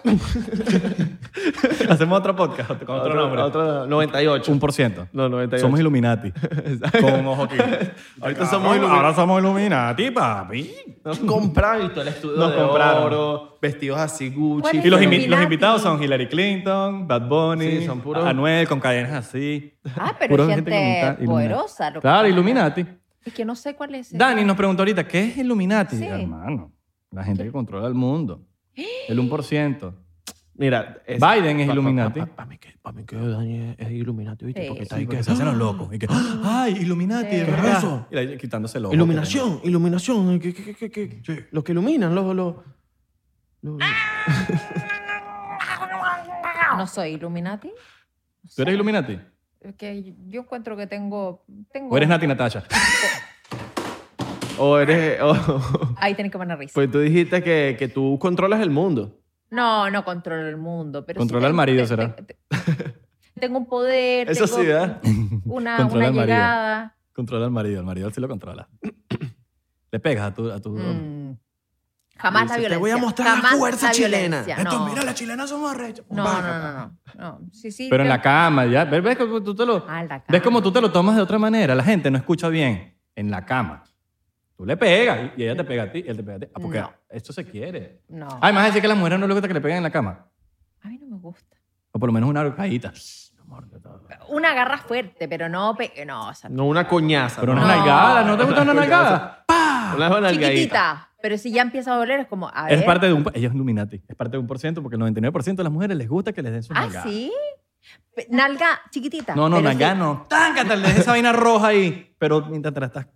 [laughs] hacemos otro podcast con otro, nombre. otro 98. Un por ciento. No, 98. Somos Illuminati. Con ojo aquí. [laughs] Ahorita somos Cabrón, Illuminati. Ahora somamos Illuminati, papi. Nos compraron y todo el estudio Nos de compraron. oro, vestidos así Gucci. ¿Cuál es Y los, el invi- Illuminati. los invitados son Hillary Clinton, Bad Bunny, Sí, son puros- Anuel con cadenas así. [laughs] Ah, pero Pura hay gente gente ilumina- ilumina. poderosa. lo que Claro, pasa. Illuminati. Es que no sé cuál es. el- Dani nos preguntó ahorita, ¿qué es Illuminati? Sí. Hermano, la gente que controla el mundo. El 1%. Mira, es- Biden es pa- pa- Illuminati. pa- pa- pa- mí que- pa' mí que Dani es, es Illuminati, ¿viste? Sí. está Sí, ahí porque se hacen los locos. Y que, ¡Ah! ¡ay, Illuminati! Sí. de ¿Qué verdad! es eso? Y la- quitándose los Iluminación, iluminación. ¿qué- qué- qué- qué- qué? Los que iluminan, los. los, los- Ah. No soy Illuminati. No ¿Tú eres sé. Illuminati? Es que yo encuentro que tengo... tengo ¿O eres Nati [laughs] Natasha? O eres. o- [laughs] Ahí tenés que poner risa. pues tú dijiste que, que tú controlas el mundo. No, no controlo el mundo. Pero sí Controla al tengo- marido, te- será. te- te- tengo un poder. Eso tengo sí, ¿verdad? [laughs] Una, Controla una al marido. llegada. Controla al marido. El marido sí lo controla. [clears throat] Le pegas a tu... A tu Mm. Jamás la Dice, violencia. "Te voy a mostrar la Jamás fuerza chilena". violencia, Esto, No. mira, las chilenas somos arrechos. no, no, Pácata. no, no, no. Sí, sí. Pero en creo- la cama, ya. ¿Ves, ves cómo tú te lo, Ah, en la ves cama. cómo tú te lo tomas de otra manera? La gente no escucha bien. En la cama. Tú le pegas y y ella te pega a ti y él te pega a ti. Ah, porque No. esto se quiere. Ah, No. Además, decir que a las mujeres no les gusta que le peguen en la cama. A mí no me gusta. O por lo menos una arcadita. Mi amor, yo te- Una garra fuerte, pero no... pe- No, o sea, No una coñaza. Pero una No. nalgada. ¿No te gusta una nalgada? ¡Pah! Una nalgadita. chiquitita. Pero si ya empieza a doler, es como... A ver. Es parte de un... Ella es Illuminati. Es parte de un por ciento porque el 99% de las mujeres les gusta que les den sus Ah, nalgadas. ¿sí? Pe- Nalga chiquitita. No, no, pero nalgada sí. no. Táncate, le dejes esa vaina roja ahí. Pero mientras te la estás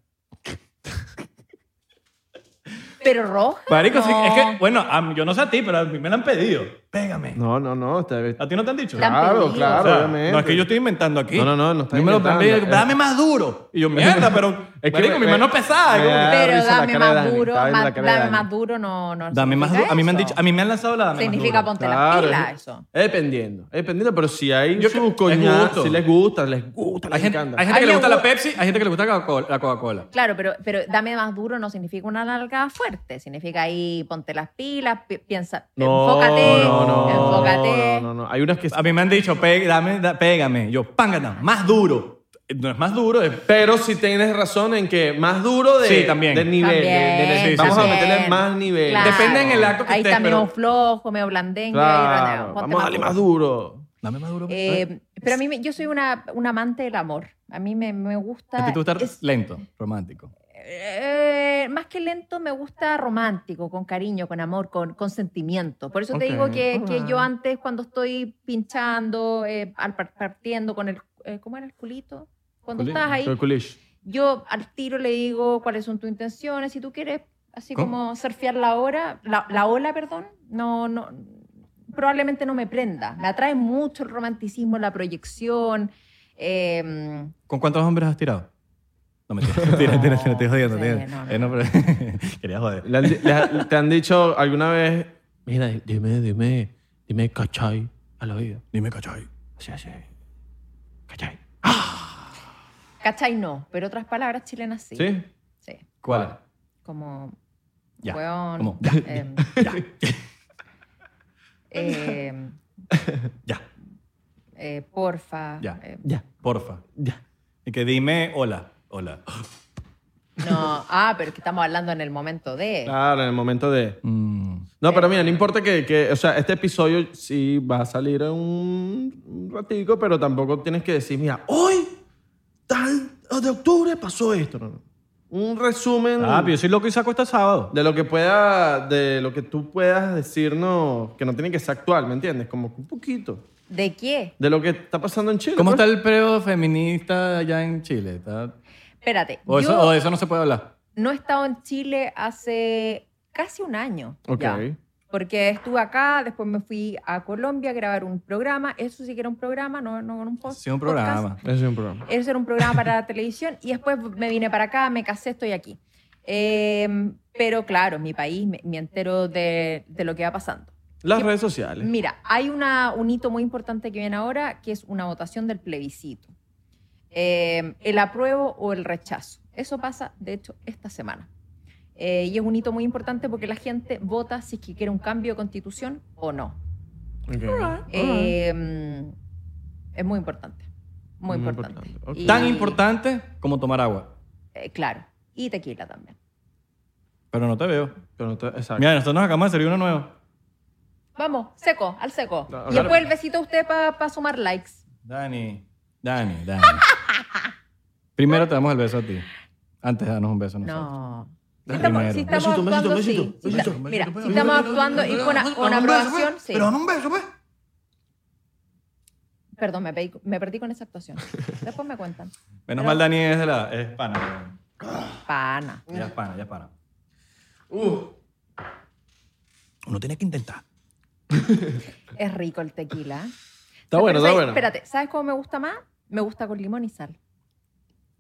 Pero roja. Marico, sí, no. es que, bueno, a- yo no sé a ti, pero a mí me la han pedido. Pégame. No, no, no. está- ¿A ti no te han dicho? La han claro, pedido. Ah, O claro, sea, obviamente. no es que yo estoy inventando aquí. No, no, no, no está Yo me lo inventando. pedí, dame más duro. Eh. Y yo, mierda, pero. Es que marico, me- mi me- mano [laughs] es pesada. me como da- que- Pero risa la dame cara de más Dani, duro, estaba viendo la más- cara de dame Dani. más duro, no, no. Dame más duro. significa A mí me han eso. dicho, a mí me han lanzado la dame más Significa duro. ponte las Claro, pilas, es- eso. Es dependiendo, es dependiendo, pero si hay Yo su que- es gusto. coñazo, si les gusta, les gusta, les Hay gente, encanta. hay gente Ay, que le me gusta la gu- Pepsi, hay gente que le gusta la Coca-Cola- la Coca-Cola. Claro, pero, pero dame más duro no significa una nalgada fuerte. Significa ahí ponte las pilas, pi- piensa, enfócate, no, no, enfócate. No, no, no. Hay unas que. A mí me han dicho, "Pe- dame, da- pégame. Yo, pángata, más duro. No es más duro, es. Pero si tienes razón en que más duro de, Sí, también. del nivel. de- de- de- También, sí, vamos a también. meterle más nivel. Claro. Depende en el acto que Ahí estés, está medio pero- flojo, medio blandengue. ahí, Claro, no, ponte vamos a darle duro. más duro. Dame más duro. Eh, pero a mí, me- yo soy una, una amante del amor. A mí me, me gusta... a ti te gusta es- lento, romántico. eh, más que lento, me gusta romántico, con cariño, con amor, con, con sentimiento. Por eso Ok, te digo que, que alright. yo antes, cuando estoy pinchando, eh, al par- partiendo con el... eh, ¿Cómo era el culito? Cuando Culito, estás ahí, Soy culish. yo al tiro le digo cuáles son tus intenciones, si tú quieres así ¿Cómo? como surfear la hora, la, la ola, perdón, no, no, probablemente no me prenda. Me atrae mucho el romanticismo, la proyección. eh, ¿Con cuántos hombres has tirado? No, mentira. [laughs] Tira, tira, tira, te estoy jodiendo. Sí, te- no, no. Eh, no, pero- [laughs] Quería joder. ¿Le han- le ha- ¿Te han dicho alguna vez Mira, di- dime, dime, dime, cachai, a la vida. Dime, cachai. Así, así. Cachai. Cachai no, pero otras palabras chilenas sí. ¿Sí? Sí. ¿Cuál? Como. Ya, Weón. como, [laughs] em, em, Ya, eh, porfa. Ya. em, Ya, porfa. ya. Y que dime hola, hola. no, ah, pero es que estamos hablando en el momento de. Ah. Claro, en el momento de... Mm, No, pero mira, no importa que, que, o sea, este episodio sí va a salir en un un ratico, pero tampoco tienes que decir, mira, hoy, tal de octubre pasó esto. No, no. Un resumen Ah, pero yo soy loco y saco este sábado. de lo que pueda, de lo que tú puedas decirnos, que no tiene que ser actual, ¿me entiendes? Como un poquito ¿De qué? de lo que está pasando en Chile. ¿Cómo pues. está el periodo feminista allá en Chile? ¿Está- Espérate. O, Oh, eso, yo o de eso no se puede hablar. no he estado en Chile hace casi un año. Ok. ya. Porque estuve acá, después me fui a Colombia a grabar un programa. Eso sí que era un programa, no, no un post- podcast. Sí, un programa. Ese es un programa. Eso era un programa para la televisión y después me vine para acá, me casé, estoy aquí. Eh, pero claro, mi país, me, me entero de, de lo que va pasando. Las redes sociales. Mira, hay una, un hito muy importante que viene ahora, que es una votación del plebiscito. Eh, el apruebo o el rechazo. Eso pasa, de hecho, esta semana. Eh, y es un hito muy importante porque la gente vota si es que quiere un cambio de constitución o no. Ok. Eh, es muy importante. Muy, Muy importante. importante, ok. Y- Tan importante como tomar agua. eh, claro. Y tequila también. Pero no te veo. Pero no te- exacto. Mira, nosotros nos acabamos de servir uno nuevo. Vamos, seco, al seco. Claro. Y después el besito a usted para sumar likes. Dani, Dani, Dani. [laughs] Primero te damos el beso a ti. Antes de darnos un beso. a nosotros. No. Si Dale, estamos, primero. si estamos Besito, besito, actuando, sí. besito, Si besito, está- besito, mira, besito, si estamos besito, actuando y besito, con, a- besito, con besito, aprobación, sí. un beso, pues. Perdón, me, pedí- me perdí con esa actuación. Después me cuentan. Menos mal Dani es de la... Es pana. Pana. Ya es pana, ya es pana. Uh, Uno tiene que intentar. Es rico el tequila. Está Pero bueno, está ¿sabes- bueno. Espérate, ¿sabes cómo me gusta más? Me gusta con limón y sal.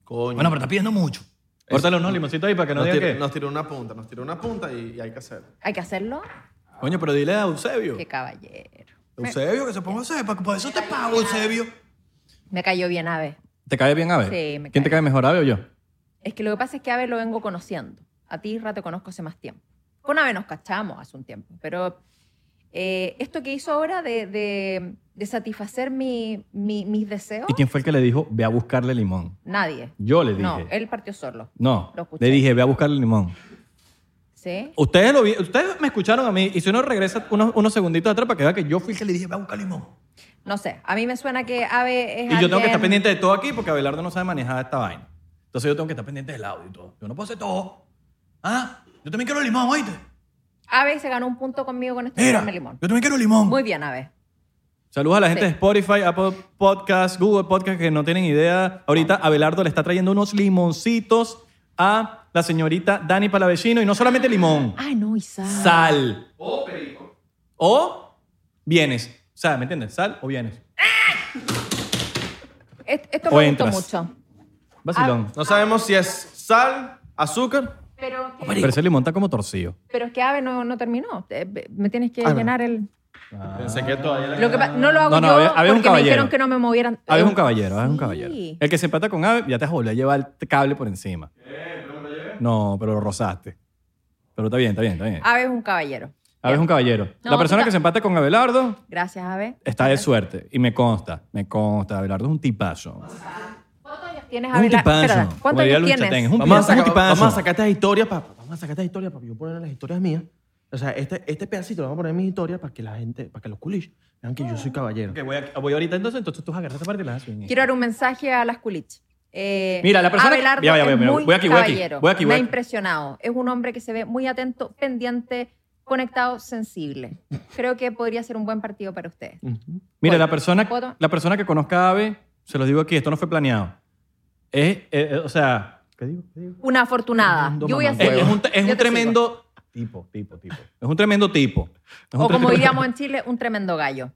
Coño. Bueno, pero está pidiendo mucho. Córtale unos limoncitos ahí para que no nos, diga tiró, que... nos tiró una punta, nos tiró una punta y, y hay que hacer. ¿Hay que hacerlo? Coño, pero dile a Eusebio. Qué caballero. Eusebio, que se ponga a hacer. Para eso te pago, Eusebio. Me cayó bien Ave. ¿Te cae bien Ave? Sí, me ¿Quién te cae cae mejor, Ave o yo? Es que lo que pasa es que Ave lo vengo conociendo. A ti, Ra, te conozco hace más tiempo. Con Ave nos cachamos hace un tiempo, pero eh, esto que hizo ahora de, de- de satisfacer mi- mi- mis deseos, ¿Y quién fue el que le dijo, ve a buscarle limón? nadie. Yo le dije. No, él partió solo. No, Lo escuché. le dije, ve a buscarle limón. ¿Sí? Ustedes, lo vi- ustedes me escucharon a mí y si uno regresa unos, unos segunditos atrás para que vea que yo fui el que le dije, ve a buscar limón. No sé, a mí me suena que Ave es Y yo tengo que alguien- estar pendiente de todo aquí porque Abelardo no sabe manejar esta vaina. Entonces yo tengo que estar pendiente del audio y todo. Yo no puedo hacer todo. ¿Ah? Yo también quiero limón, oíste. Ave se ganó un punto conmigo con este Mira, enorme yo limón. también quiero limón. Muy bien, Ave. Saludos a la gente Sí. de Spotify, Apple Podcast, Google Podcast que no tienen idea. Ahorita Abelardo le está trayendo unos limoncitos a la señorita Dani Palavecino y no solamente limón, Ah, no, y sal. sal. O perico. O vienes. O sea, ¿me entiendes? Sal o vienes. Est- Esto O me entras. gustó mucho. Vacilón. Ah. No sabemos si es sal, azúcar. Pero, que- Pero ese limón está como torcido. pero es que Ave no, no terminó. Eh, Me tienes que Ah, no. llenar el... Pensé que todavía la- Lo que pa- no lo hago No, no, yo Ave- Ave es un porque me caballero. dijeron que no me movieran. Ave Ah, es un Eh, caballero, Ave es un sí. caballero. El que se empata con Ave, ya te has volvido a llevar el cable por encima. Eh, No, pero lo rozaste. Pero está bien, está bien, está bien. Ave es un caballero. Ave es un caballero. Ah, No, la persona tú ta- que se empate con Abelardo Gracias, Ave. está de suerte. Y me consta, me consta. Abelardo es un tipazo. Tienes Es un Abelardo- tipazo. espera, Como ¿Cuántos diría años Luis tienes? Chatén, es un Vamos a, Piensa sacar, como tipazo. vamos a sacar estas historias para, vamos a sacar estas historias para yo poner las historias mías. O sea, este, este pedacito lo vamos a poner en mis historias para que la gente, para que los culis vean que yo soy caballero. voy, ahorita entonces, entonces tú agarras esta parte y la haces. Quiero dar un mensaje a las culich. Eh, Mira, la persona que- Abelardo ya, ya, ya, es mira, muy voy aquí, voy aquí, caballero. voy aquí, voy Me ha aquí. impresionado. Es un hombre que se ve muy atento, pendiente, conectado, sensible. Creo que podría ser un buen partido para ustedes. Ujú. Mira, Bueno, la persona, ¿puedo? la persona que conozca a Ave, se los digo aquí, esto no fue planeado. Es, eh, eh, o sea, ¿qué digo? ¿Qué digo? Una afortunada. Tremendo Yo voy a Es, mamacuevo. seguir. es un, es un Yo te sigo. tremendo tipo, tipo, tipo. Es un tremendo tipo. Es un O como tremendo- diríamos en Chile, un tremendo gallo.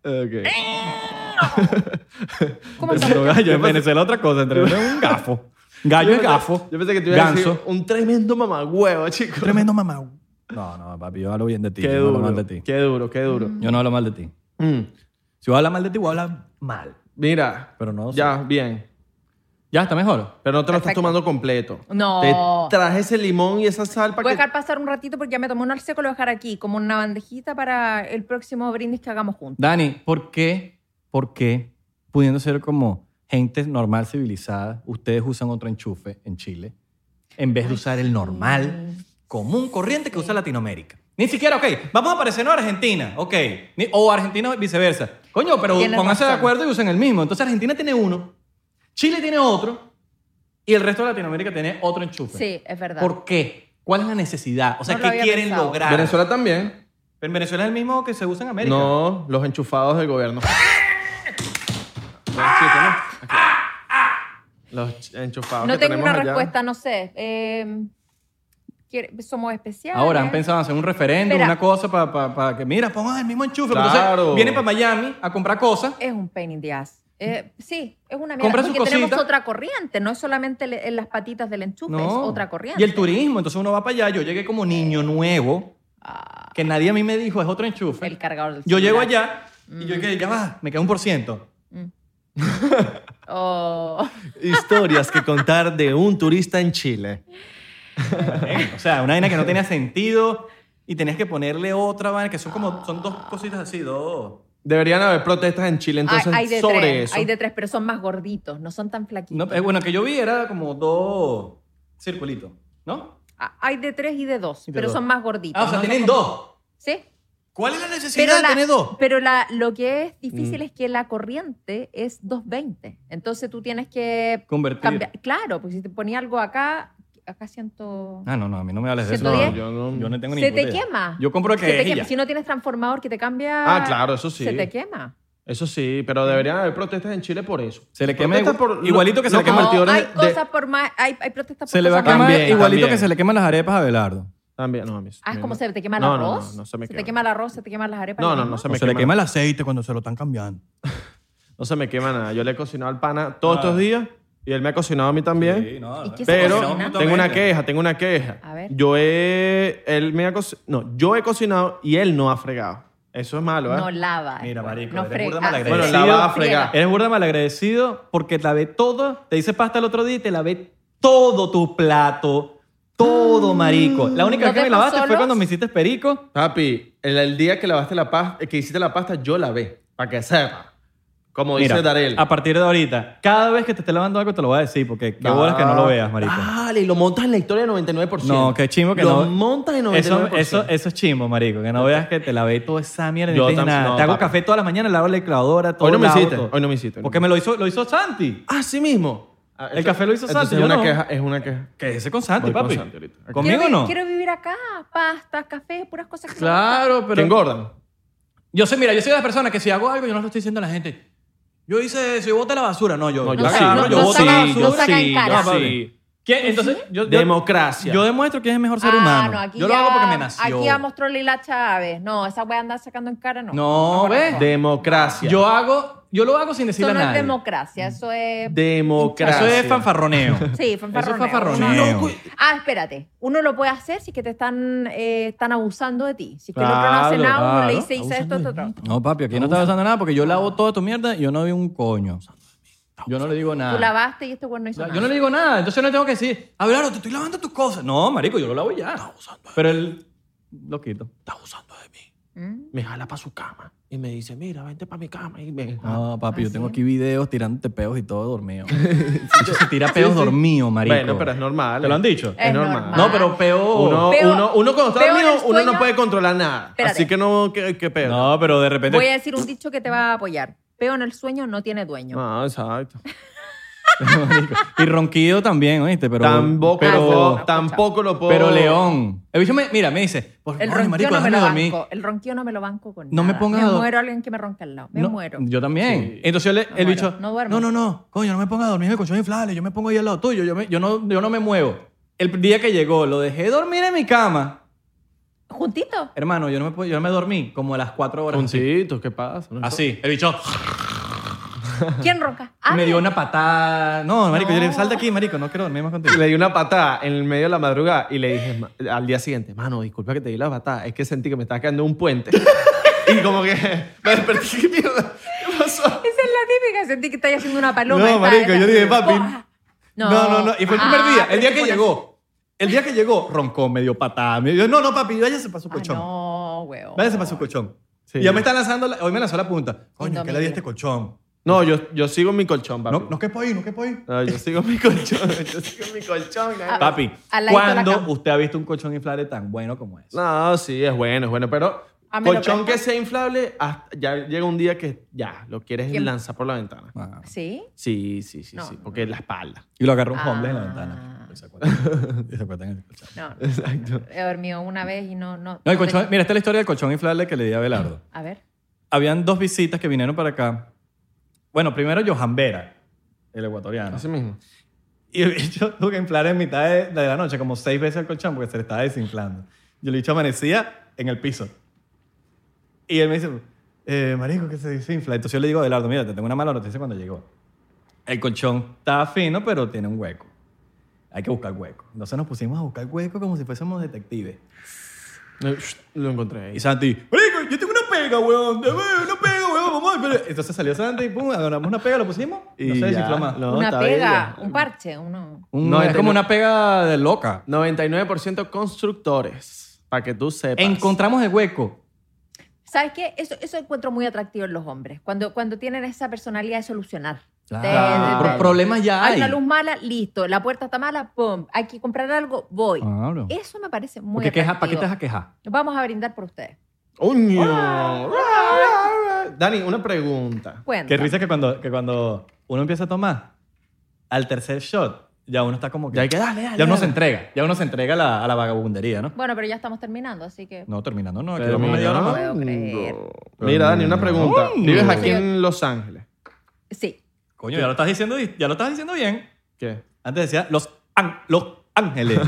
[laughs] ¿Cómo Tremendo estamos? gallo. En Venezuela otra cosa, entre es un gafo. Gallo es gafo. Yo pensé que te iba a decir Ganso. un tremendo mamagüevo, chico. Tremendo mamá. No, no, papi, yo hablo bien de ti. Qué yo no hablo duro. mal de ti. Qué duro, qué duro. Yo no hablo mal de ti. Mm. Si voy a hablar mal de ti, voy a hablar mal. Mira, Pero no sé. ya, bien. Ya, está mejor. Pero no te lo estás Perfecto. tomando completo. No. Te traje ese limón y esa sal para Voy a que... dejar pasar un ratito porque ya me tomó un al seco, lo voy a dejar aquí, como una bandejita para el próximo brindis que hagamos juntos. Dani, ¿por qué, por qué, pudiendo ser como gente normal, civilizada, ustedes usan otro enchufe en Chile en vez de usar el normal, común, corriente que usa Latinoamérica? Ni siquiera, ok, vamos a parecernos a Argentina, ok. ni- o Argentina viceversa. Coño, pero Tienes pónganse de razón. acuerdo y usen el mismo. Entonces Argentina tiene uno, Chile tiene otro y el resto de Latinoamérica tiene otro enchufe. Sí, es verdad. ¿Por qué? ¿Cuál es la necesidad? O sea, No lo ¿qué había quieren pensado. lograr? Venezuela también. Pero en Venezuela es el mismo que se usa en América. No, los enchufados del gobierno. Los ch- enchufados no que tengo tenemos una allá. respuesta, no sé. Eh, ¿quiere- somos especiales. Ahora han pensado en hacer un referéndum, Espera. una cosa para que, mira, pongan el mismo enchufe. Pero Claro. Entonces, vienen para Miami a comprar cosas. Es un pain in the ass. Eh, sí, es una mierda. Compra su Porque tenemos cosita. otra corriente, no es solamente le- en las patitas del enchufe, es No. otra corriente. Y el turismo, entonces uno va para allá. Yo llegué como niño nuevo, Ah, que nadie a mí me dijo, es otro enchufe. el Mm. cargador del yo celular. Mm. llego allá y yo dije, ya va, me queda un por ciento. [laughs] Oh. Historias que contar de un turista en Chile. o sea, una vaina que no tenía sentido y tenías que ponerle otra vaina, que son como, son dos cositas así, dos. Deberían haber protestas en Chile entonces hay, hay de sobre tres, eso. hay de tres, pero son más gorditos, no son tan flaquitos. No, eh, bueno, que yo vi era como dos circulitos, ¿no? Ah, Hay de tres y de dos, Y de pero dos. son más gorditos. Ah, o sea, No tienen son- dos. Sí. ¿Cuál es la necesidad Pero, de la- tener dos? Mm. pero la- lo que es difícil es que la corriente es 220. Entonces tú tienes que Convertir. cambiar. Claro, porque si te ponía algo acá, acá siento. Ah, no, no, a mí no me hables de eso. ¿Siento bien? No, yo, no. yo no tengo ni se puta te idea. quema. Yo compro el Se que te es y quema. ya. Si no tienes transformador que te cambia. Ah, claro, eso sí. Se te quema. Eso sí, pero deberían haber protestas en Chile por eso. Se le quema Protestas igu- igualito que se le los quema el No, convertidores hay de- cosas por más. Hay, hay protestas por Se le va a cosas quemar más- También, igualito también. que se le queman las arepas a Belardo. También, no, a mí- Ah, es mí como no. se te quema el No, no, arroz. no, no se me te quema. quema el arroz, se te queman las arepas. No, ¿lo no, mismo? no se O me se le quema. quema el aceite cuando se lo están cambiando. No se me quema nada. Yo le he cocinado al pana todos estos días y él me ha cocinado a mí también. no, ¿Y qué se Pero cocina? tengo una queja, tengo una queja. A ver. Yo he, él me ha co- no, yo he cocinado y él no ha fregado. Eso es malo, ¿eh? No lava. Mira, marico, no eres fre- burda ah, malagradecida. bueno, sí, la sí, va a friega. fregar. Eres burda malagradecido porque la ve todo. Te dice pasta el otro día y te la ve todo tu plato. Todo, marico. La única ¿Nos vez que me vemos lavaste fue Mm. solos? cuando me hiciste perico. Papi, el, el día que lavaste la pasta, que hiciste la pasta, yo la ve, para que sepa. Como Mira, dice Darel. a partir de ahorita, cada vez que te esté lavando algo te lo voy a decir porque qué bolas que no lo veas, marico. Dale, y lo montas en la historia del 99%. No, qué chingo que lo no. montas en 99%. Eso, eso, eso es chimbo, marico. Que no veas que te lavé toda esa mierda. Yo no te dije tam- nada. no, te hago papi. café todas las mañanas, lavo la lavadora, todo. Hoy no me lavo hiciste, todo. hoy no me hiciste. hoy no Porque me- me lo hizo, lo hizo Santi. Ah, sí mismo. Ah, El eso- café lo hizo entonces Santi, Es yo una no. queja, es una queja. ¿Qué es ese con Santi, Voy con papi? Santi ahorita. ¿Conmigo quiero, vi- no? Quiero vivir acá. Pastas, café, puras cosas que Claro, ¿Te pero. engordan? Yo sé, mira, yo soy de las personas que si hago algo, yo no lo estoy diciendo a la gente. Yo hice eso, yo boté la basura. No, yo. No, yo la sí, agarro, no, yo no boto saca- la no basura. saca en sí, cara. no, papi. ¿Quién? Entonces, yo, yo- Democracia. yo demuestro quién es el mejor ser Ah, humano. no, aquí yo lo ya- hago porque me nació. Aquí a mostrarle la Chávez. No, esa wea anda sacando en cara, no. No, ¿ves? correcto. democracia. Yo hago, yo lo hago sin decirle Eso a no es nadie. democracia, eso es. democracia. Eso es [laughs] fanfarroneo. Sí, Eso fanfarroneo. es fanfarroneo. No, Ah, espérate. Uno lo puede hacer si es que te están, eh, están abusando de ti. Si es que el otro no Claro, hace nada, uno le claro. dice, hice esto, esto, esto. No, papi, aquí no está pasando nada porque yo lavo toda tu mierda y yo no veo un coño. Yo no le digo Tú nada. lavaste y este weón no hizo nada. Yo no le digo nada, entonces no tengo que decir, Abelardo, te estoy lavando tus cosas. No, marico, yo lo lavo y ya. Pero él lo quito. está abusando de mí. ¿Mm? Me jala para su cama y me dice, mira, vente para mi cama. Y me... No, papi, ¿Ah, yo sí? tengo aquí videos tirándote peos y todo [laughs] dormido. Yo se tira peos dormido, marico. Bueno, pero es normal. ¿Te lo han dicho? Es Es normal. normal. No, pero peo... Uno, Peor- uno, uno cuando está peor en el dormido, uno sueño- no puede controlar nada. Espérate. Así que no, qué, qué pedo. No, pero de repente... Voy a decir un dicho que te va a apoyar. Peo en el sueño no tiene dueño. No, Ah, exacto. Marico. Y ronquido también, ¿oíste? Pero, tampoco, pero- lo puedo- no, tampoco lo puedo. Pero León. El bicho me- mira, me dice, por El favor, ronquío marico, no me déjame lo dormir. banco. El ronquío no me lo banco con No me nada. pongas a Me do- muero a alguien que me ronca al lado. Me No, muero. Yo también. Sí. Entonces yo le, el muero, bicho, no no, duermo. no, no, coño, no me ponga a dormir en el colchón inflable, yo me pongo ahí al lado tuyo, yo, me- yo, no, yo no me muevo. El día que llegó, lo dejé dormir en mi cama. ¿Juntito? Hermano, yo no me, pude- yo no me dormí como a las cuatro horas. Juntitos, ¿qué pasa? Así, el bicho. ¿Quién ronca? Y me Abre. dio una patada. No, marico, yo le Ah. No. dije, sal de aquí, marico, no quiero dormir más contigo. Le di una patada en el medio de la madrugada y le dije ma- al día siguiente, mano, disculpa que te di la patada, es que sentí que me estaba cayendo un puente. [laughs] y como que [laughs] me desperté, ¿qué mierda? ¿Qué pasó? Esa es la típica. Sentí que estás haciendo una paloma. No, esta- marico, esta- yo dije, papi, ¡Pua! No, no, no. Y fue el primer Ah, día, el pero día te que pones- llegó. El día que llegó, roncó, me dio patada. Me dio, no, no, papi, váyase para su Ah, colchón. no, weón. Váyase para su colchón. Sí. Y ya me está lanzando, la- hoy me lanzó la punta. Coño, ¿qué le di Indomitable. a este colchón? No, yo, yo sigo mi colchón, papi. No, no quepo ahí, no quepo ahí. No, yo sigo mi colchón, [laughs] yo sigo mi colchón. Ah. Papi, Al ladito de la ¿cuándo cama. usted ha visto un colchón inflable tan bueno como ese? No, sí, es bueno, es bueno, pero Ah, me lo colchón que prestas. sea inflable, hasta- ya llega un día que ya lo quieres ¿Quién? lanzar por la ventana. Ah. ¿Sí? Sí, sí, sí, No, sí, no, porque la espalda. Y lo agarró un homeless en la Ah. ventana. Y se acuerdan- [laughs] y se acuerdan en el colchón. No, no. Exacto. He dormido una vez y no... No, No, el no colchón, tenía- mira, esta es la historia del colchón inflable que le di a Belardo. A ver. Habían dos visitas que vinieron para acá. Bueno, primero Johan Vera, el ecuatoriano. Así mismo. Y el bicho [laughs] tuvo que inflar en mitad de, de la noche, como seis veces el colchón, porque se le estaba desinflando. Y el bicho amanecía en el piso. Y él me dice, eh, marico, que se desinfla. Entonces yo le digo a Adelardo, mira, te tengo una mala noticia cuando llegó. El colchón estaba fino, pero tiene un hueco. Hay que buscar hueco. Entonces nos pusimos a buscar hueco como si fuésemos detectives. Lo encontré ahí. Y Santi, marico, yo tengo una pega, weón. Dame una pega, weón. Vamos a ver". Entonces salió Santi y pum, agarramos una pega, lo pusimos y no se Y ya, desinfló más. no, una está pega, bella. un parche, uno... Un- No, es este como no- una pega de loca. 99% constructores, para que tú sepas. Encontramos el hueco. ¿Sabes qué? Eso, eso encuentro muy atractivo en los hombres. Cuando, cuando tienen esa personalidad de solucionar. De- Claro. de- Pro- problemas ya hay hay. una luz mala, listo. La puerta está mala, pum. Hay que comprar algo, voy. Claro. Eso me parece Ah, muy Porque queja, ¿Para qué atractivo. te vas a quejar? Vamos a brindar por ustedes. ¡Oño! Dani, una pregunta. Cuenta. Qué risa que cuando, que cuando uno empieza a tomar, al tercer shot, ya uno está como que... Ah, Ya hay que darle, dale, ya uno dale. se entrega. Ya uno se entrega a la, a la vagabundería, ¿no? Bueno, pero ya estamos terminando, así que... No, terminando, no. Pero quedó media mira, hora no más. puedo creer. Mm. Mira, Dani, una pregunta. Oño. ¿Vives aquí en Los Ángeles? Sí. Coño, ya lo, estás diciendo, di- ya lo estás diciendo bien. ¿Qué? Antes decía Los, An- los [laughs] Ángeles.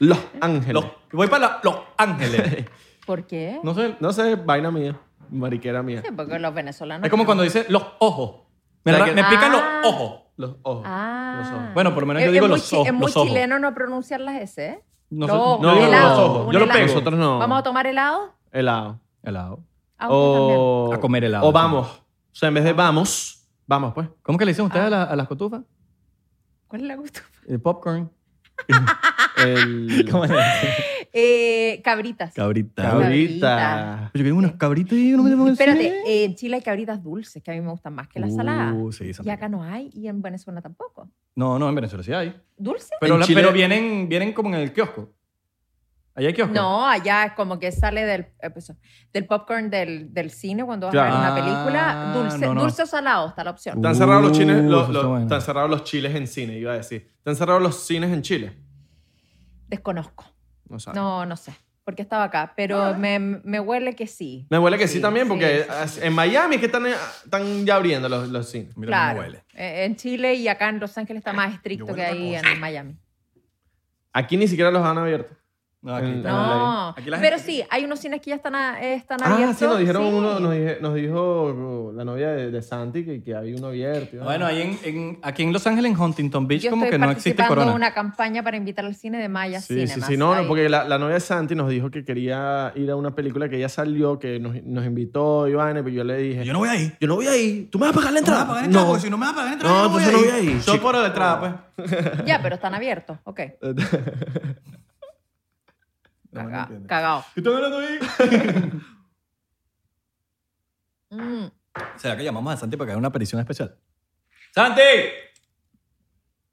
Los Ángeles. Los- voy para la- Los Ángeles. ¿Por qué? No sé. No sé, vaina mía, mariquera mía. Sí, porque los [laughs] venezolanos... Es como cuando dice Los Ojos. Me, O sea ra- me que- pican Ah. los ojos. Los ojos. Los Ah. ojos. Bueno, por lo menos yo Es- digo es muy los chi- ojos, Es muy los ojos. chileno no pronunciar las S, ¿eh? No Los sé- ojos, yo no, digo helado, los ojos. un Yo lo helado. pego. Nosotros no. ¿Vamos a tomar helado? Helado. Helado. Ah, ustedes O... A comer helado. O vamos. O sea, en vez de vamos, [laughs] vamos pues. ¿Cómo que le dicen ustedes Ah. a, la- a las cotufas? también. ¿Cuál es la gusto? El popcorn. El... [laughs] ¿Cómo le dicen? Eh, cabritas. Cabrita. Cabrita. Yo quiero unas cabritas y no me tengo Espérate, eh, en Chile hay cabritas dulces que a mí me gustan más que las saladas. Uh, sí, son Y ricas. acá no hay y en Venezuela tampoco. No, no, en Venezuela sí hay. ¿Dulce? Pero, En la- Chile- pero vienen, vienen como en el kiosco. ¿Allá hay kiosco? No, allá es como que sale del, eh, pues, del popcorn del, del cine cuando vas Claro. a ver una Ah, película. Dulce, no, no. dulce o salado está la opción. Uh. Están cerrados los chiles, Uh, los- eso los- está bueno. están cerrados los chiles en cine, iba a decir. Están cerrados los cines en Chile. Desconozco. No Ah. sabes. No, no sé. Porque estaba acá. Pero me, me huele que sí. Me huele que sí, Sí, también, sí, porque sí, as- en Miami es que están, eh, están ya abriendo los, los cines. Mira claro. cómo huele. Eh, En Chile y acá en Los Ángeles está más estricto que huele otra ahí en Miami. Aquí ni siquiera los han abierto. No, Ah, aquí En- está. No, Aquí la pero gente- sí, hay unos cines que ya están, a- eh, están Ah, abiertos. sí, nos dijeron sí. uno, nos, dije- nos dijo uh, la novia de, de Santi que, que había uno abierto. y Bueno, ahí en, en- aquí en Los Ángeles, en Huntington Beach, Yo como estoy que no existe participando corona. en una campaña para invitar al cine de Maya Sí, sí, Cinemas. sí, no, no, Ahí. porque la, la novia de Santi nos dijo que quería ir a una película que ella salió, que nos, nos invitó, Iván, pero yo le dije, no voy ahí. yo no voy ahí, tú me vas a pagar la entrada. porque si no me vas a pagar la entrada, yo no voy entonces ahí. Yo Chico. por la entrada, pues. Ya, pero están abiertos, ok. Caga- Cagao. ¿Qué están hablando ahí? Mm. ¿Será que llamamos a Santi para que haga una aparición especial? ¡Santi!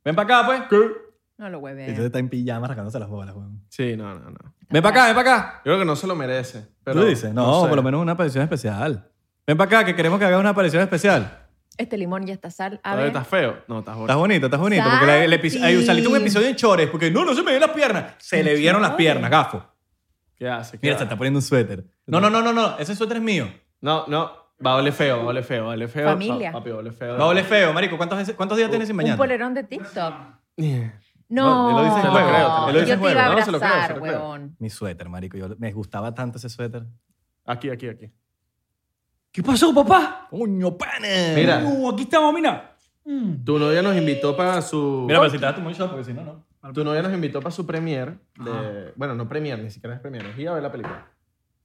Ven para acá, pues. No lo Entonces hueve. está en pijama rascándose las bolas, weón. Sí, no, no, no. Ven para acá, ven para acá. Yo creo que no se lo merece. Pero, ¿Tú dices? No, sé. por lo menos una aparición especial. Ven para acá, que queremos que hagas una aparición especial. Este limón y esta sal. A ¿Todavía ver. estás feo? No, estás Estás bonito. bonito, estás bonito. Porque la- el epi- Santi. ahí saliste un episodio en chores, porque no, no se me ven las piernas. Se le vieron las chores. piernas, gafo. ¿Qué hace? ¿Qué Mira, hace? se está poniendo un suéter. No, no, no, no, no. Ese suéter es mío. No, no, va a oler feo, va a oler feo, va a oler feo. Familia. Pa- Papi, va a oler feo. No [laughs] huele feo, marico. ¿Cuántos, veces- cuántos días tienes sin Un mañana? polerón de TikTok. Yeah. No, No. él lo dice en juego, creo, él lo dice Yo en te iba a juego, no, se lo creo, se abrazar, lo creo. huevón. Mi suéter, marico. Yo, me gustaba tanto ese suéter. Aquí, aquí, aquí. ¿Qué pasó, papá? ¡Coño, pane! Mira. Uh, aquí estamos, mira. Mm. Tu novia nos invitó para su... Mira, pues. pero si te das tu moonshot, porque si no, no. Tu novia nos invitó para su premier de... Bueno, no premier, ni siquiera es premier. Nos iba a ver la película.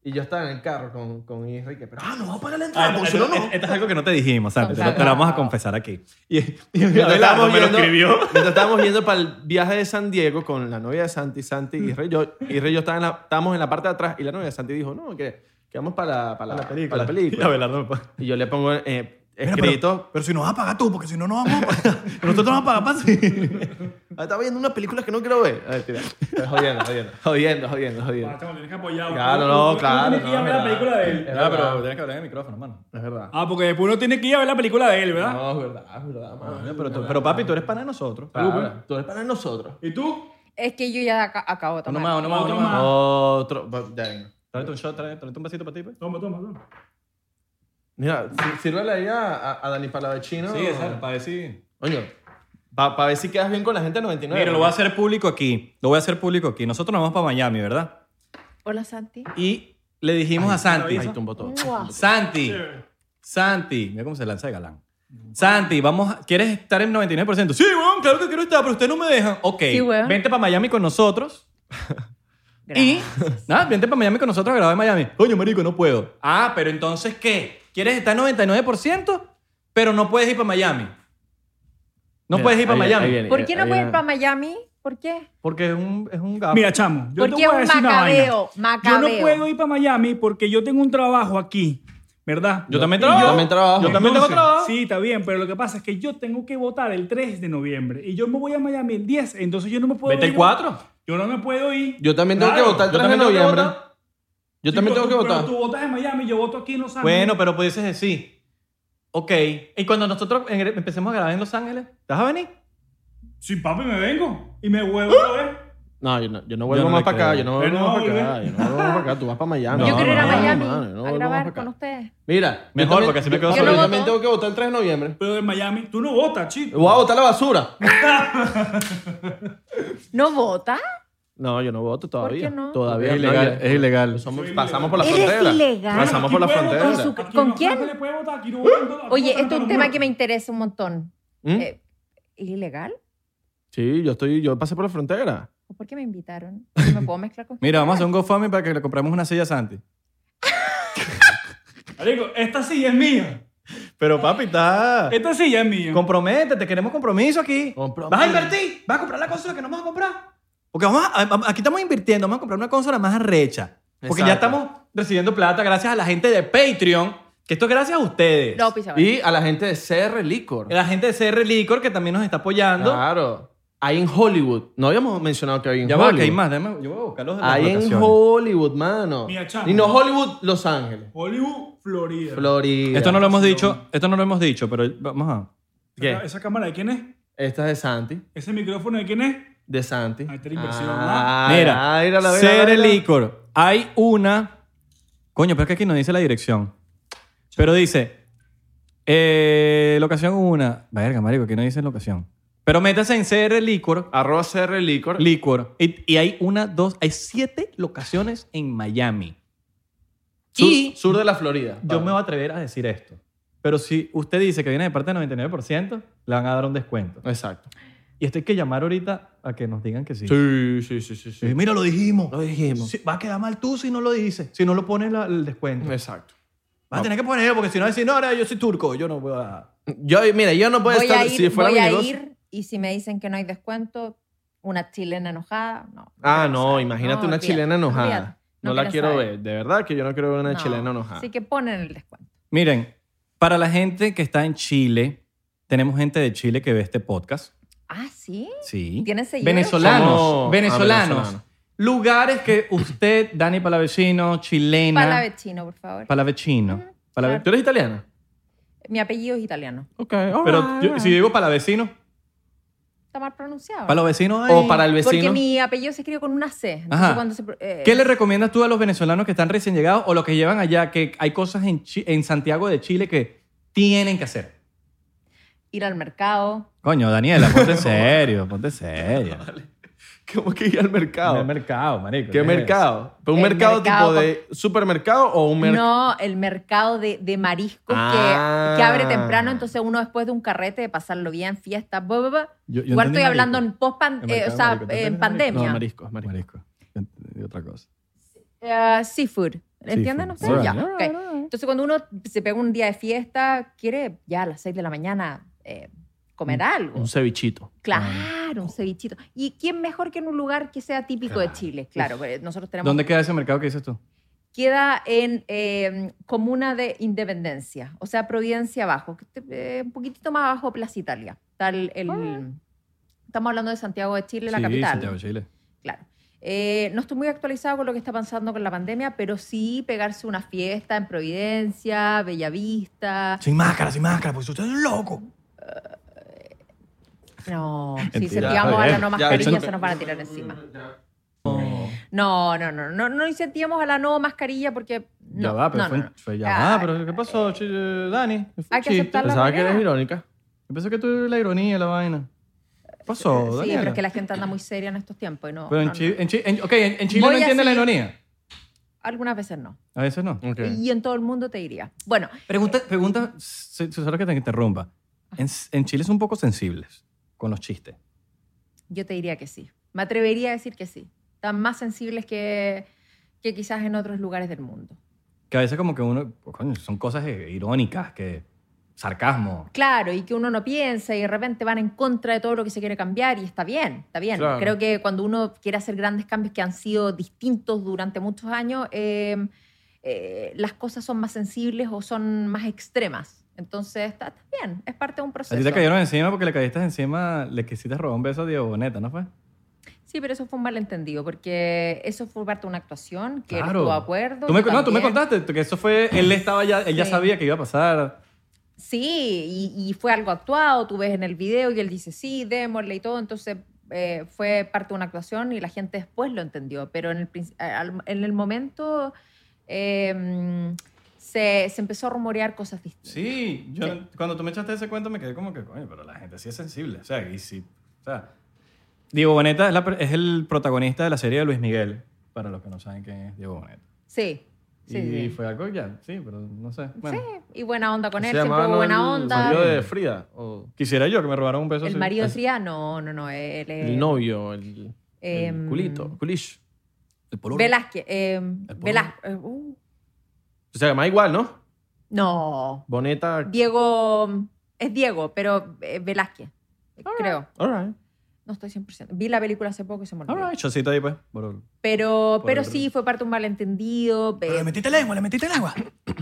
Y yo estaba en el carro con, con Isra y que... [laughs] Pero, ah, no, vamos a pagar la entrada, porque si no, no. Esto es algo que no te dijimos, Santi. Te lo, te lo vamos a confesar aquí. Y, y Mientras estábamos me [laughs] lo viendo- [laughs] escribió. mientras estábamos yendo para el viaje de San Diego con la novia de Santi, Santi Mm. y Rey, yo, y Rey yo estaba en la- estábamos en la parte de atrás y la novia de Santi dijo, no, que, que vamos para la, para la, para [laughs] la película. Y Abelardo pues. me pone, Y yo le pongo eh, "Mira, pero- escrito, Pero, si nos vas a pagar tú, porque si no, no vamos a pagar. [laughs] Nosotros no vamos a pagar para "Ah, estaba viendo unas películas que no quiero ver. A ver, tira. Jodiendo, jodiendo, jodiendo, jodiendo, Ah, jodiendo. chamo, tienes que apoyar. Claro, Uno- no, uno- uno claro, Tiene que ir a no, ver la verdad. película de él. Claro, pero tienes que hablar en el micrófono, mano. Es verdad. Ah, porque después uno tiene que ir a ver la película de él, ¿verdad? No, es verdad, es verdad. mano. Pero, tú- pero papi, tú eres pana de nosotros. Claro, tú eres para nosotros. ¿Y tú? Es que yo ya aca- acabo de Uno tomar. más, uno más, Otro uno más. Ah. más. Otro. va, Ya vengo. Tráete un shot, trae- tráete un vasito para ti, pues. Toma, toma, toma. Mira, sí- sírvele ahí a, a, a Dani Palavecino. Sí, exacto, para decir. Coño, para ver si quedas bien con la gente del 99. Mira, lo voy a hacer público aquí. Lo voy a hacer público aquí. Nosotros nos vamos para Miami, ¿verdad? Hola, Santi. Y le dijimos a Santi. Ahí tumbó todo. Mua. Santi, Santi, mira cómo se lanza de galán. Santi, vamos, a- ¿quieres estar en 99%? Sí, weón, claro que quiero estar, pero ustedes no me dejan. Ok, Sí, weón. vente para Miami con nosotros. Y, Gracias. nada, vente para Miami con nosotros a grabar en Miami. Coño, marico, no puedo. Ah, pero entonces, ¿qué? ¿Quieres estar en 99%, pero no puedes ir para Miami? No Mira, puedes ir para ahí viene, Miami. ahí viene. ¿Por qué no Ahí puedes viene. ir para Miami? ¿Por qué? Porque es un, es un gafo. Mira, chamo, yo te Porque voy a es un decir una vaina. macabeo, macabeo. Yo no puedo ir para Miami porque yo tengo un trabajo aquí, ¿verdad? yo también Yo trabajo. también trabajo. Yo también tengo Entonces, trabajo. Sí, está bien, pero lo que pasa es que yo tengo que votar el 3 de noviembre y yo me voy a Miami el 10, entonces yo no me puedo Vete ir. el 4. Yo no me puedo ir. Yo también tengo Claro, que votar el yo 3 de también tengo que noviembre. votar. Yo también Sí, tengo que pero- votar. Pero tú votas en Miami, yo voto aquí en Los Ángeles. Bueno, pero pudieses decir, ok, y cuando nosotros en- empecemos a grabar en Los Ángeles, ¿te vas a venir? Sí, papi, me vengo y me vuelvo ¿Ah? otra vez. No, yo no, yo no vuelvo Yo no le más para acá. creo. Yo no Pero vuelvo no, más para acá. Yo volver. no vuelvo más para acá. Tú vas para Miami. No, yo quiero ir a no, Miami mano, yo no a vuelvo más grabar para con acá. ustedes. Mira. Mejor, porque así me quedo Yo, solo. yo también Yo no tengo que votar el 3 de noviembre. Pero de Miami, tú no votas, chico. Voy a votar la basura. ¿No vota? No, yo no voto todavía. qué no? Todavía. Es ilegal, no, yo- es ilegal. somos- Soy pasamos por la ilegal. Eres frontera. ilegal. Pasamos por la votar. frontera. Su- ¿con quién? Oye, esto esto es un tema que me interesa un montón. ¿Mm? Eh, ¿Es ilegal? Sí, yo estoy, yo pasé por la frontera. ¿O ¿Por qué me invitaron? ¿No ¿Me puedo mezclar [laughs] con Mira, vamos a hacer un GoFundMe para que le compremos una silla a Santi. esta silla es mía. Pero papi, [laughs] está... Esta silla es mía. Comprométete, queremos compromiso aquí. Compromiso. ¿Vas a invertir? ¿Vas a comprar la consola que no vamos a comprar? Porque vamos a- a- aquí estamos invirtiendo, vamos a comprar una consola más arrecha. Porque ya Exacto. estamos recibiendo plata gracias a la gente de Patreon, que esto es gracias a ustedes. No, pisa, vale. Y a la gente de CR Licor. la gente de CR Licor que también nos está apoyando. Claro. Ahí en Hollywood. No habíamos mencionado que hay en ya va, Hollywood. que hay más. déjame- yo voy a buscar los de las Ahí en locaciones. Hollywood, mano. Mira, chamo. y no Hollywood, Los Ángeles. Hollywood, Florida. Florida. Esto no lo hemos dicho, esto no lo hemos dicho, pero vamos a. ¿Qué? ¿Esa, esa cámara de quién es? Esta es de Santi. ¿Ese micrófono de quién es? De Santi. Ah, Ahí está la inversión, Ah, Mira, Cere Licor. Hay una. Coño, pero es que aquí no dice la dirección. Pero dice. eh, locación 1. Verga, marico, aquí no dice locación. Pero métase en CR Licor. Arroba CR Licor. Licor. Y, y hay una, dos, hay siete locaciones en Miami. Sur, y sur de la Florida. yo me voy a atrever a decir esto. Pero si usted dice que viene de parte del 99%, le van a dar un descuento. Exacto. Y esto hay que llamar ahorita a que nos digan que sí. Sí, sí, sí, sí. Y Mira, lo dijimos. Lo dijimos. Sí, va a quedar mal tú si no lo dices, si no lo pones la- el descuento. Exacto. Vas a tener que ponerlo porque si no decís, no, ahora yo soy turco, yo no voy a... Yo, mira, yo no puedo voy estar a ir, si fuera voy mi a negocio- ir y si me dicen que no hay descuento, una chilena enojada, no. Ah, quiero no, saber. imagínate No, una olvídate, chilena olvídate. enojada. No, la quiero saber. ver. De verdad que yo no quiero ver una No, chilena enojada. Así que ponen el descuento. Miren, para la gente que está en Chile, tenemos gente de Chile que ve este podcast. Ah, sí. Sí. ¿Tienen seguidores? Venezolanos. Somos- venezolanos. Ah, venezolanos. Lugares [laughs] que usted, Dani Palavecino, chilena... Palavecino, por favor. Palavecino. Palave- ¿Tú eres italiana? Mi apellido es italiano. Ok, Pero yo- si digo palavecino, Está mal pronunciado. palavecino... ay. O para el Porque vecino. mi apellido se escribe con una C. Entonces Ajá. cuando se pro- eh, ¿Qué le recomiendas tú a los venezolanos que están recién llegados o los que llevan allá que hay cosas en, Chi- en Santiago de Chile que tienen que hacer? ir al mercado. [laughs] Coño, Daniela, ponte serio, ponte serio. [laughs] ¿Cómo que ir al mercado? ¿Qué mercado, marico? ¿Qué es? mercado? ¿Pero ¿Un El mercado, mercado tipo de supermercado o un mercado? No, el mercado de, de mariscos que- Ah. que, abre temprano, entonces uno después de un carrete, de pasarlo bien, fiesta, bla, bla, bla. Yo- yo Igual entendí estoy hablando marisco. en post pan- El eh, mercado o sea, de marisco. ¿Tú eh, en entiendes pandemia. No, mariscos, mariscos. Marisco. Y otra cosa. Eh, seafood. ¿Entienden Seafood. ustedes? Ya, Alright, ok. Entonces, cuando uno se pega un día de fiesta, quiere ya a las 6 de la mañana eh, comer algo. Un cevichito. Claro, un cevichito. ¿Y quién mejor que en un lugar que sea típico de Chile? Claro, pues, nosotros tenemos... ¿Dónde queda ese mercado que dices tú? Queda en eh, Comuna de Independencia, o sea, Providencia abajo, que te- eh, un poquitito más abajo de Plaza Italia. Está el- el- Estamos hablando de Santiago de Chile, la sí, capital. Santiago de Chile. Claro. Eh, no estoy muy actualizado con lo que está pasando con la pandemia, pero sí pegarse una fiesta en Providencia, Bellavista. Sin máscara, sin máscara, porque usted es loco. No, si Mentira. sentíamos a la no Ya, mascarilla ya. se nos van a tirar encima. No, no, no, no, no incentivamos a la no mascarilla porque no, ya va, pero no, fue, no, no. fue- ya Ah, va, pero ¿qué pasó, chi- eh, Dani? Fue un Hay que chiste. aceptar la Pensaba que realidad. eres irónica. Yo pensé que tú eres la ironía, la vaina. ¿Qué Sí, pasó, pero Daniela? es que la gente anda muy seria en estos tiempos y no. Pero en, no, Chi- no. en Chi- en- ok, en, en Chile Voy no a entiende la seguir- ironía. Algunas veces no. A veces no. Ok. Y en todo el mundo te diría. Bueno, Pregunta, pregunta se- se- sorry que te interrumpa. En, en Chile son un poco sensibles con los chistes. yo te diría que sí. Me atrevería a decir que sí. Están más sensibles que, que quizás en otros lugares del mundo. Que a veces como que uno, pues, coño, son cosas eh, irónicas, que sarcasmo. Claro, y que uno no piensa y de repente van en contra de todo lo que se quiere cambiar y está bien, está bien. Claro. Creo que cuando uno quiere hacer grandes cambios que han sido distintos durante muchos años, eh, eh, las cosas son más sensibles o son más extremas. Entonces está, está bien, es parte de un A proceso. ti te cayeron encima porque le caíste encima, le quisiste robar un beso a Diego Boneta, ¿no fue? Sí, pero eso fue un malentendido porque eso fue parte de una actuación que él Claro. estuvo de acuerdo. Tú me, yo no, tú me también. contaste que eso fue, él estaba ya, él ya Sí. sabía que iba a pasar. Sí, y, y fue algo actuado, tú ves en el video y él dice, sí, démosle y todo, entonces eh, fue parte de una actuación y la gente después lo entendió, pero en el, princ- al- en el momento eh, se, se empezó a rumorear cosas distintas. Sí, yo Sí. cuando tú me echaste ese cuento me quedé como que, coño, pero la gente sí es sensible. O sea, y sí, o sea, Diego Boneta es, la per- es el protagonista de la serie de Luis Miguel, para los que no saben quién es Diego Boneta. Sí, sí, y sí. fue algo ya, sí, pero no sé. Bueno, Y buena onda con Se él, siempre llamaba, hubo ¿no? buena el onda. marido de Frida. O Quisiera yo que me robaran un beso. El así. marido de Así. Frida, no, no, no, él es- el novio, el, el Eh, em, culito, culish. El pololo. Velázquez, eh, pololo. Velázquez, uh, O sea, más igual, ¿no? no, Boneta. Diego, es Diego, pero eh, Velázquez, creo. All right. No estoy 100%. Vi la película hace poco y se me olvidó. All right, chocito ahí, pues. por- Pero, Por pero el- sí, fue parte de un malentendido. eh, metiste lengua, le metiste lengua.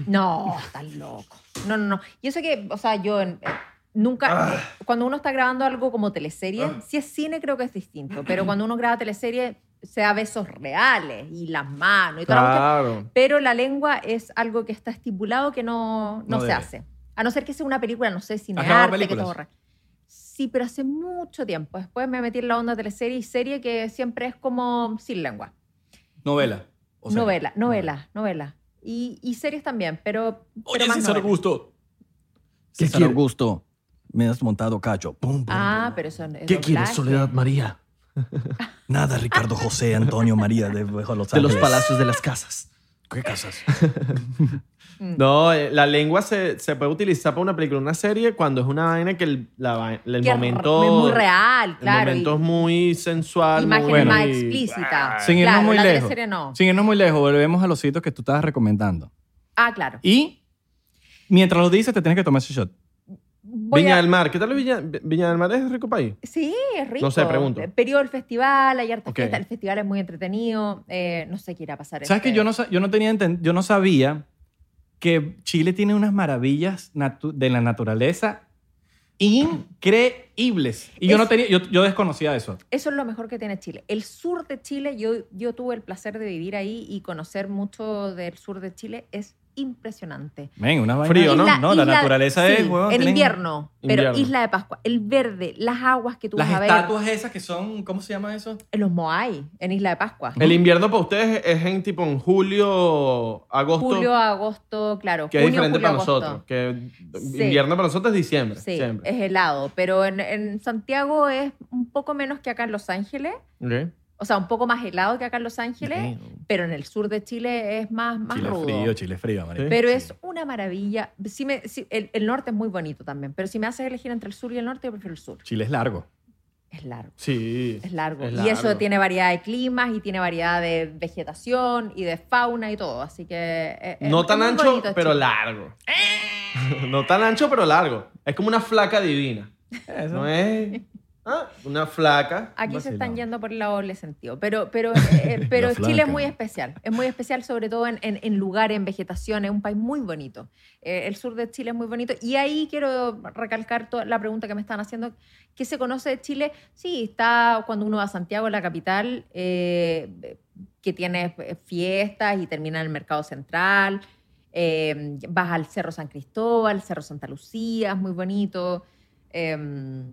No, estás loco. No, no, no. Y eso que, o sea, yo en- eh, nunca... Ah. eh, Cuando uno está grabando algo como teleserie, si es cine creo que es distinto, [clears throat] pero cuando uno graba teleserie se da besos reales y las manos y toda la cuestión. Claro. Pero la lengua es algo que está estipulado que no, no No se debe. hace. A no ser que sea una película, no sé, cine grabado arte, que películas? todo re- Sí, pero hace mucho tiempo. Después me metí en la onda teleserie y serie que siempre es como sin lengua. Novela. o serie. novela, novela, novela. Y, y series también, pero, pero Oye, más César novela. Augusto. César quiere? Augusto. Me has montado cacho. Pum, pum. Ah, pero eso no es ¿Qué quieres, doblaje. Soledad María? Nada, Ricardo José, Antonio María de Los Ángeles. De los palacios de las casas. ¿Qué casas? No, eh, la lengua se, se puede utilizar para una película, una serie, cuando es una vaina que el, la vai- el Que momento. Es muy real, claro. El momento y- es muy sensual. imágenes muy- más explícitas. Sin irnos Claro, muy la lejos. teleserie no. Sin irnos muy lejos, volvemos a los sitios que tú estabas recomendando. Ah, claro. Y mientras lo dices, te tienes que tomar ese shot. Voy Viña a- del Mar. ¿Qué tal Viña, Viña del Mar? ¿Es rico país? Sí, es rico. No sé, pregunto. El Periodo del festival, hay hartas Ok. fiestas, el festival es muy entretenido. eh, no sé qué irá a pasar. ¿Sabes este- que yo no, sa- yo, no tenía enten- yo no sabía que Chile tiene unas maravillas natu- de la naturaleza increíbles? Y yo, Es- no tenía, yo, yo desconocía eso. Eso es lo mejor que tiene Chile. El sur de Chile, yo, yo tuve el placer de vivir ahí y conocer mucho del sur de Chile, es impresionante. Ven, una vaina. Frío, ¿no? Isla- No, la isla- naturaleza sí, es, huevón, En tienen- invierno, pero Invierno. Isla de Pascua, el verde, las aguas que tú Las vas a ver. estatuas esas que son, ¿cómo se llama eso? Los Moai, en Isla de Pascua. El invierno para ustedes es en tipo en julio, agosto, julio, agosto, claro. que es junio, diferente julio, para agosto. nosotros. Que Sí. invierno para nosotros es diciembre. Sí, siempre. es helado, pero en, en Santiago es un poco menos que acá en Los Ángeles, Ok. o sea, un poco más helado que acá en Los Ángeles, pero en el sur de Chile es más, más Chile rudo. frío, Chile frío, marico. Pero es una maravilla. Si me, si- el, el norte es muy bonito también, pero si me haces elegir entre el sur y el norte, yo prefiero el sur. Chile es largo. Es largo. Sí. Es largo. Es Y eso largo. tiene variedad de climas y tiene variedad de vegetación y de fauna y todo. Así que. eh, eh, No es tan muy ancho, bonito pero Chile. largo. [laughs] no tan ancho, pero largo. Es como una flaca divina. No es ah, una flaca. Aquí se Vacilón. están yendo por el lado doble sentido. Pero, [laughs] pero, eh, pero La Chile es flaca. muy especial. Es muy especial, sobre todo en, en, en lugares, en vegetación. Es un país muy bonito. Eh, el sur de Chile es muy bonito. Y ahí quiero recalcar toda la pregunta que me están haciendo. ¿Qué se conoce de Chile? Sí, está cuando uno va a Santiago, la capital, eh, que tiene eh, fiestas y termina en el mercado central. Eh, vas al Cerro San Cristóbal, Cerro Santa Lucía, es muy bonito. Em,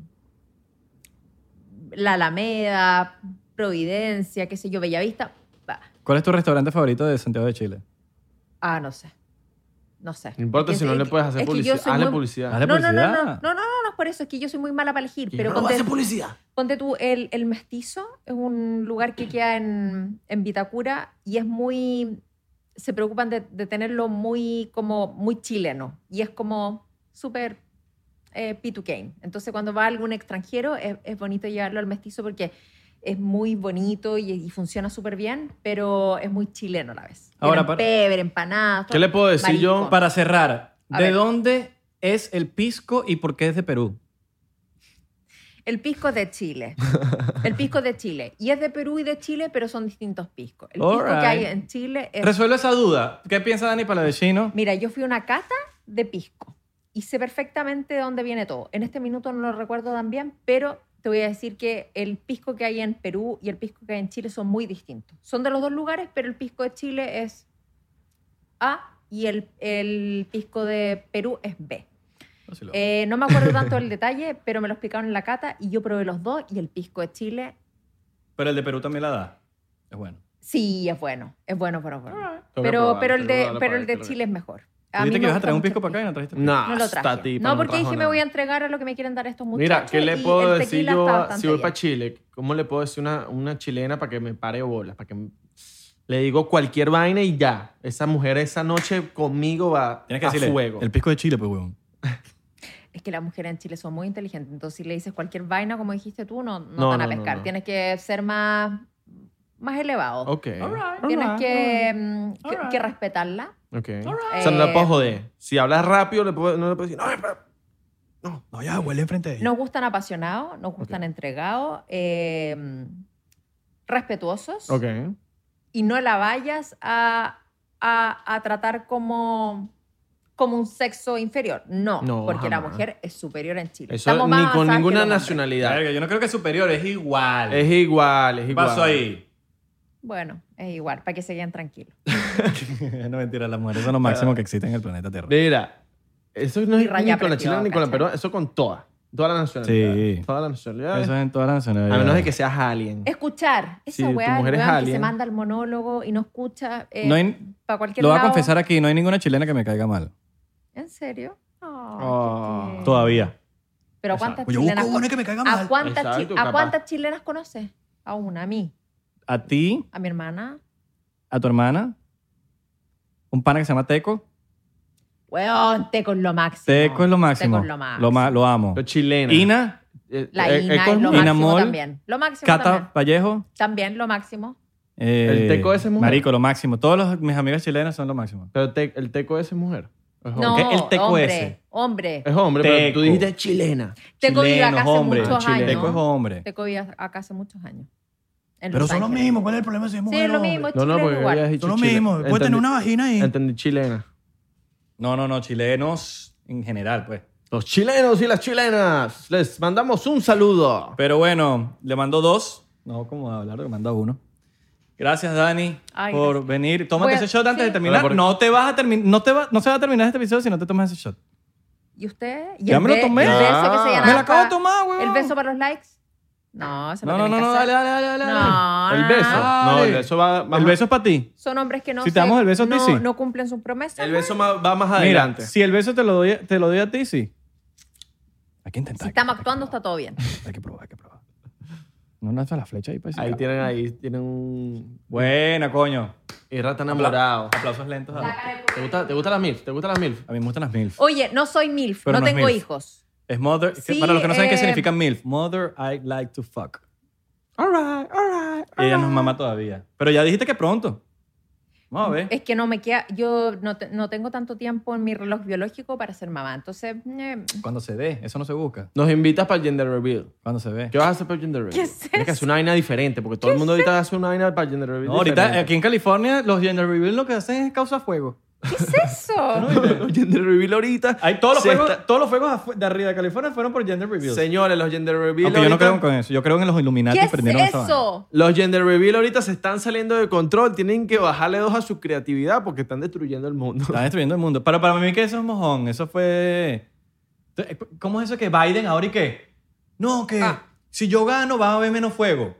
la Alameda, Providencia, qué sé yo, Bellavista. bah, ¿Cuál es tu restaurante favorito de Santiago de Chile? Ah, no sé. No sé. No importa Es si que- no le puedes hacer es que yo publicidad. soy Hazle muy- publicidad. Hazle No, no, no, no, no, publicidad. no, no, no, no es por eso, es que yo soy muy mala para elegir. Pero no va a ponte, hacer publicidad. ponte tú, el, el Mestizo es un lugar que queda en, en Vitacura y es muy. Se preocupan de, de tenerlo muy, como, muy chileno y es como súper eh, P2K. Entonces, cuando va algún extranjero, es, es bonito llevarlo al Mestizo porque es muy bonito y, y funciona súper bien, pero es muy chileno a la vez. Ahora, Ahora, para- pebre, empanadas. ¿Qué le puedo decir yo marisco. Para cerrar, A ¿de ver. dónde es el pisco y por qué es de Perú? El pisco es de Chile. El pisco es de Chile. Y es de Perú y de Chile, pero son distintos piscos. El pisco Alright. que hay en Chile es... Resuelve esa duda. ¿Qué piensa Dani Palavecino? Mira, yo fui a una cata de pisco y sé perfectamente de dónde viene todo. En este minuto no lo recuerdo tan bien, pero te voy a decir que el pisco que hay en Perú y el pisco que hay en Chile son muy distintos. Son de los dos lugares, pero el pisco de Chile es A y el, el pisco de Perú es B. Eh, no me acuerdo tanto del detalle, pero me lo explicaron en la cata y yo probé los dos y el pisco de Chile Pero el de Perú también la da. Es bueno. Sí, es bueno. Es bueno, pero bueno. que Pero, probarlo, pero el tengo que de, probarlo pero para el de ver qué Chile es mejor. A Dijiste mí que me ibas a gusta traer un mucho pisco el para acá y no trajiste. No, No lo traje. no, porque dije me voy a entregar a lo que me quieren dar estos muchachos. Mira, ¿qué le y puedo el decir tequila yo? está a- bastante si voy para bien. Chile, ¿cómo le puedo decir una, una chilena para que me pare bolas? Para que me- le digo cualquier vaina y ya. Esa mujer esa noche conmigo va Tienes que a decirle. fuego. El pisco de Chile, pues, huevón. Es que las mujeres en Chile son muy inteligentes. Entonces, si le dices cualquier vaina, como dijiste tú, no, no, No, te van a no, no, pescar. no. Tienes que ser más, más elevado. Ok. Tienes que, mm, que- que respetarla. Ok. O sea, no la puedo Eh. joder. Si hablas rápido, le puedo- no le puedo decir, no, espera". No, no, ya huele enfrente de Nos gustan apasionados, nos gustan entregados, eh, mm, respetuosos. Ok. y no la vayas a, a- a tratar como, como un sexo inferior. No, No, porque la jamás. mujer es superior en Chile. Eso Estamos ni más avanzadas con que ninguna los hombres. nacionalidad. Verga, yo no creo que es superior, es igual. Es igual, es ¿Qué igual. pasó ahí? Bueno, es igual, para que se queden tranquilos. [laughs] no mentira, las mujeres son lo máximo que existe en el planeta Tierra. Mira, eso no Y es raya ni con la chilena ni con la preciosa. peruana, eso con todas. Todas las nacionalidades. Sí. Todas las nacionalidades. Eso es en todas las Eh, nacionalidades. A menos de que seas alien. Escuchar. Esa Sí, tu weá, el mujer es weón que se alien. manda al monólogo y no escucha No hay- para cualquier Lo voy a lado. confesar aquí, no hay ninguna chilena que me caiga mal. ¿En serio? Ay, Oh, qué tierno. Todavía. Pero ¿a ¿cuántas chilenas, con- ¿a cuántas, chi- Exacto, ¿a capaz. cuántas chilenas conoces? A una, a mí, A ti, a mi hermana. a tu hermana, un pana que se llama Teco. Weón, Teco es lo máximo. Teco es lo máximo. Teco es lo máximo. ma- lo amo. Pero chilena. Ina, Eh, La eh, Ina eh, es lo con- Ina máximo Mol, también. Lo máximo Cata también. Vallejo. También lo máximo. eh, El Teco ese es mujer. Marico, lo máximo. Todos los- mis amigas chilenas son lo máximo. Pero te- el teco ese es mujer. Es hombre. No, el teco hombre, ese? Eh. hombre. Es hombre, pero Teco. tú dijiste chilena. Teco vive acá Chilenos, hace hombre. muchos Chileno. años. Teco es hombre. Teco vive acá hace muchos años. En Pero Los son los Ángeles. mismos. ¿Cuál es el problema si es Sí, mujer es o lo hombre? mismo. No, no, chileno porque igual. habías dicho Son los chilena. mismos. Puede tener Entendí- una vagina ahí. Entendí chilena. No, no, no, chilenos en general, pues. Los chilenos y las chilenas, les mandamos un saludo. Pero bueno, le mando dos. No, como hablar, le mando uno. Gracias, Dani, Ay, por gracias. venir. Tómate Voy a- ese shot antes sí. de terminar. Hola, por- No te vas a terminar, no, te va- no se va a terminar este episodio si no te tomas ese shot. ¿Y usted? ¿Y Ya el me lo be- tomé. y El beso que se Ah. llama Me lo acabo de pa- tomar, güey. ¿El beso para los likes? No, se me No, no, no, no, dale, dale, dale, dale. No. El beso. No, el beso va, va Ah, El más- beso es para ti. Son hombres que no, Si te damos el beso a ti, no, sí. no cumplen sus promesas. El güey. beso ma- va más Mira, adelante. si el beso te lo doy, te lo doy a ti, sí. Hay que intentar. Si estamos actuando, está todo bien. Hay que probar, hay que probar. No lanza la flecha ahí pues, para ahí tienen ahí tienen un Buena, coño. Irra tan enamorado. Aplausos lentos. A, ¿Te gusta, te gusta las milf? ¿Te gusta las milf? a mí me gustan las MILF. Oye, no soy MILF, Pero no, no es tengo MILF. hijos. Es mother. que- Oh, Sí, para los que no saben qué eh, significa MILF. Mother, I like to fuck. Alright, alright. Ella no es mamá todavía. Pero ya dijiste que pronto. Vamos a ver. Es que no me queda, yo no, te- no tengo tanto tiempo en mi reloj biológico para ser mamá. Entonces, eh, Cuando se dé. Eso no se busca. Nos invitas para el gender reveal. Cuando se ve. ¿Qué vas a hacer para el gender reveal? ¿Qué es Tienes que hacer una vaina diferente porque todo el mundo ahorita hace una vaina para el gender reveal. No, ahorita diferente. aquí en California los gender reveal lo que hacen es causa fuego. ¿qué es eso? [laughs] los gender reveal ahorita. Hay todos los se fuegos, está- todos los fuegos afu- de arriba de California fueron por gender reveal. Señores, los gender reveal Aunque yo no ahorita- creo con eso. Yo creo en los Illuminati ¿Qué prendieron es esa vaina. eso? Los gender reveal ahorita se están saliendo de control. Tienen que bajarle dos a su creatividad porque están destruyendo el mundo. [laughs] Está destruyendo el mundo. Pero para mí que eso es mojón. Eso fue... ¿Cómo es eso que Biden ahora y qué? No, que Ah. si yo gano va a haber menos fuego.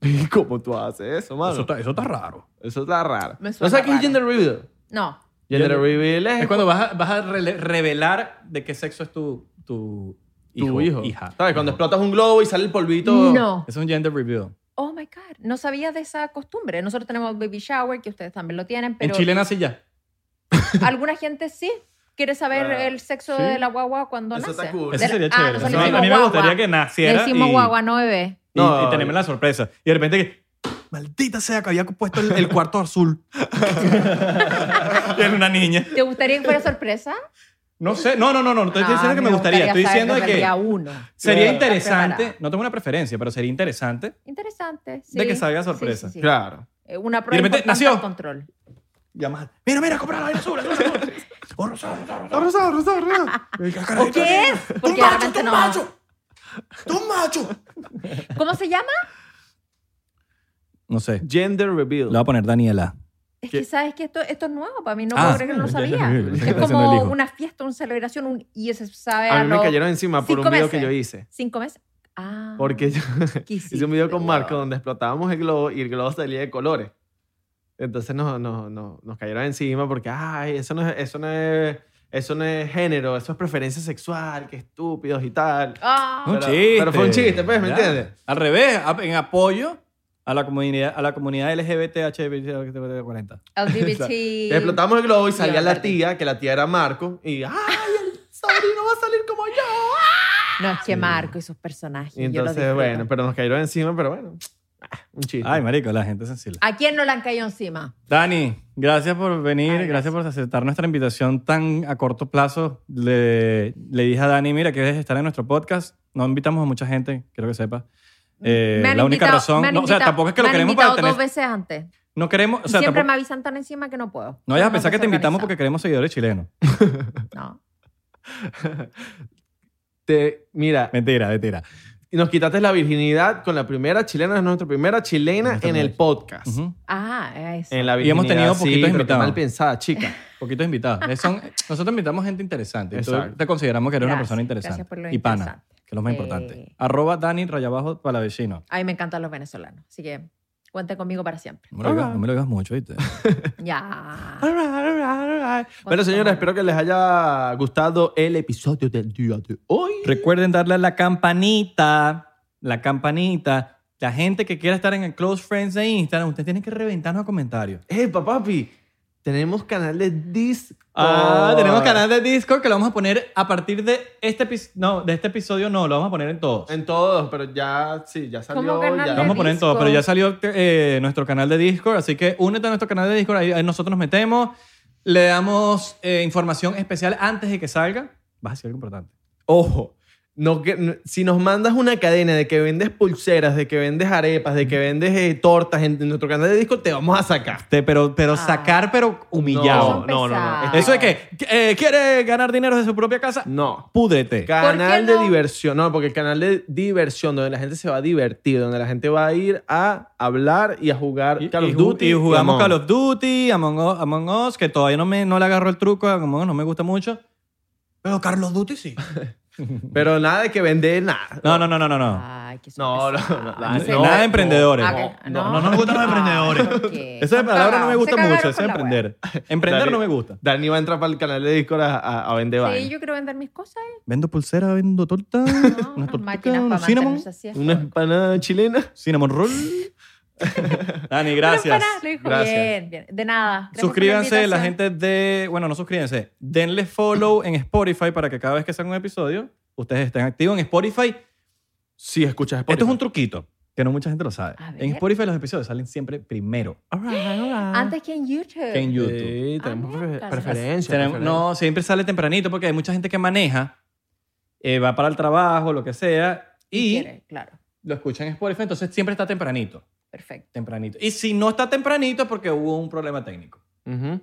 ¿Y ¿Cómo tú haces eso, mano? Eso está, eso está raro. Eso está raro. Me ¿No suena sabes qué es raro. gender reveal? No. Gender, Gender- reveal es, Es cuando vas a, vas a rele- revelar de qué sexo es tu, tu tu hijo. hijo. Hija. ¿Sabes? Cuando explotas un globo y sale el polvito. No. Es un gender reveal. Oh my God. No sabía de esa costumbre. Nosotros tenemos baby shower, que ustedes también lo tienen, en pero Chile [laughs] nace ya. alguna gente sí quiere saber Claro. el sexo Sí. de la guagua cuando Eso nace. está cool. De Eso la- sería ah, chévere. nosotros Eso le a- a mí decimos me gustaría guagua. que Le naciera decimos y, guagua, no bebé. y- No. y tenerme la sorpresa. Y de repente que... [laughs] Maldita sea que había puesto el, el cuarto azul. y era una niña. ¿Te gustaría que fuera sorpresa? No sé. No, no, no, no. No estoy No, diciendo a que mí me gustaría. Estoy Ah, saber diciendo de desde el que... día uno. Sería Claro. interesante, Preparada. no tengo una preferencia, pero sería interesante. Interesante. Sí. De que salga Sí, sorpresa. sí, sí. Claro. Eh, Una Y de prueba repente, importante nació. al control. Llamar. Mira, mira, compra la vaina azul, azul, azul. Oh, rosado, rosado, rosado. Rosado, rosado, rosado. "Ah, ¿O qué [laughs] es? Porque de repente no. ¡Tú macho! ¿Cómo se llama? No sé. Gender reveal. Le voy a poner Daniela. Es ¿Qué? que sabes que esto, esto es nuevo para mí, no Ah, puedo creer que no lo ya, ya, sabía. ya, ya, ya, ya, es ya, ya, ya, como ya. una fiesta, una celebración, un y se sabe A mí me lo- cayeron encima por un cinco video que meses. yo hice. E cinco meses. Ah. Porque yo [laughs] ¿qué hice un video hiciste, con Marco weón? donde explotábamos el globo y el globo salía de colores. Entonces nos, nos, nos, nos cayeron encima porque, ay, eso no, es, eso, no es, eso no es género, eso es preferencia sexual, qué estúpidos y tal. [laughs] Ah. Un Pero- chiste. pero fue un chiste, pues, ¿me Ya. entiendes? Al revés, a- en apoyo a la comunidad, a la comunidad LGBT 40 LGBT. Explotamos el globo y salía Iba la tarde. tía, que la tía era Marco, y ¡ay, el sobrino va a salir como yo! No, es que Marco [laughs] y sus personajes. Y yo los entonces, disfruto. bueno, pero nos cayeron encima, pero bueno, ah, un chiste. Ay, marico, la gente es sensible. ¿A quién no le han caído encima? Dani, gracias por venir, Ay, gracias. por aceptar nuestra invitación tan a corto plazo. Le, le dije a Dani, mira, quieres estar en nuestro podcast. No invitamos a mucha gente, quiero que sepas. Eh, Me han la única invitado- razón, me han no, o sea, invitado- tampoco es que lo me han queremos para invitado tener, dos veces antes. no queremos, o sea, y siempre tampoco- me avisan tan encima que no puedo. no vayas a Soy pensar que te invitamos porque desorganizada. queremos seguidores chilenos. No. Te, mira, Mentira, mentira. y nos quitaste la virginidad con la primera chilena, es nuestra primera chilena Nuestra en el primera. podcast. Ujú. Ah, eso. En la Y hemos tenido virginidad, sí, poquitos pero qué invitados. mal [laughs] pensada, chica. Poquitos invitados. Eh, son- nosotros invitamos gente interesante. y tú Exacto. te consideramos que eres una Gracias, persona gracias interesante. por lo y pana, interesante. que es lo más Eh. importante. Arroba Dani Rayabajo para vecino. A mí me encantan los venezolanos. Así que cuenten conmigo para siempre. No me lo digas, no me lo digas mucho, ¿viste? Ah, Ya. All right, all right, all right. Bueno, Cuánto señores, amor. espero que les haya gustado el episodio del día de hoy. Recuerden darle a la campanita, la campanita. La gente que quiera estar en el Close Friends de Instagram, ustedes tienen que reventarnos a comentarios. Epa, papi, tenemos canal de Discord. Ah, tenemos canal de Discord que lo vamos a poner a partir de este episodio. No, de este episodio no, lo vamos a poner en todos. En todos, pero ya, sí, ya salió. ¿Cómo canal ya. Lo de vamos a poner en todos, Discord. pero ya salió eh, nuestro canal de Discord, así que únete a nuestro canal de Discord, ahí, ahí nosotros nos metemos, le damos eh, información especial antes de que salga. Vas a decir algo importante. Ojo, No, que, no- si nos mandas una cadena de que vendes pulseras, de que vendes arepas, de que vendes eh, tortas en, en nuestro canal de disco, te vamos a sacar. Te- pero, pero Ah. sacar, pero humillado. Son No, no, no, no. pesados. Eso es que, eh, ¿quiere ganar dinero de su propia casa? No. Púdrete. Canal no? de diversión. No, porque el canal de diversión, donde la gente se va a divertir, donde la gente va a ir a hablar y a jugar Y, Call y of ju- Duty. y jugamos Among Call Us. of Duty, Among Us, Among Us, que todavía no, me, no le agarro el truco, Among Us no me gusta mucho. Pero Call of Duty sí. Pero nada de que vender nada. No, no, no, no, no. no. Ay, que son No, no, no, pesados. no, Ah, Nada Se- no, de emprendedores. Ah, que- no, no, no me gustan los emprendedores. [laughs] ¿por qué? Esa Son palabra no me cagados, gusta se mucho, cagaron eso con es la wea. emprender. Emprender Dale. no me gusta. Dani va a entrar para el canal de Discord a, a- a vender Sí, vaina. yo quiero vender mis cosas. [laughs] ¿eh? Vendo pulsera, vendo torta, No, unas tortitas, máquinas para unos cinnamon, mantenernos así. es Una joder. empanada chilena. cinnamon roll. [laughs] Dani, Pero gracias. para, lo dijo Gracias. bien, bien. De nada. Gracias por la Suscríbanse, la invitación. gente de. Bueno, no suscríbanse. Denle follow en Spotify para que cada vez que salga un episodio, ustedes estén activos en Spotify. Sí, escuchas Esto es un truquito que no mucha gente lo sabe. A ver. En Spotify los episodios salen siempre primero [gasps] Antes que Eh, en YouTube. que en YouTube. Sí, tenemos Ah, prefe- mierda. preferencia. Tenemos- preferencia. no, siempre sale tempranito porque hay mucha gente que maneja, eh, va para el trabajo, lo que sea, y Quiere, claro. lo escucha en Spotify, entonces siempre está tempranito. Perfecto. Tempranito. Y si no está tempranito es porque hubo un problema técnico. Ujú.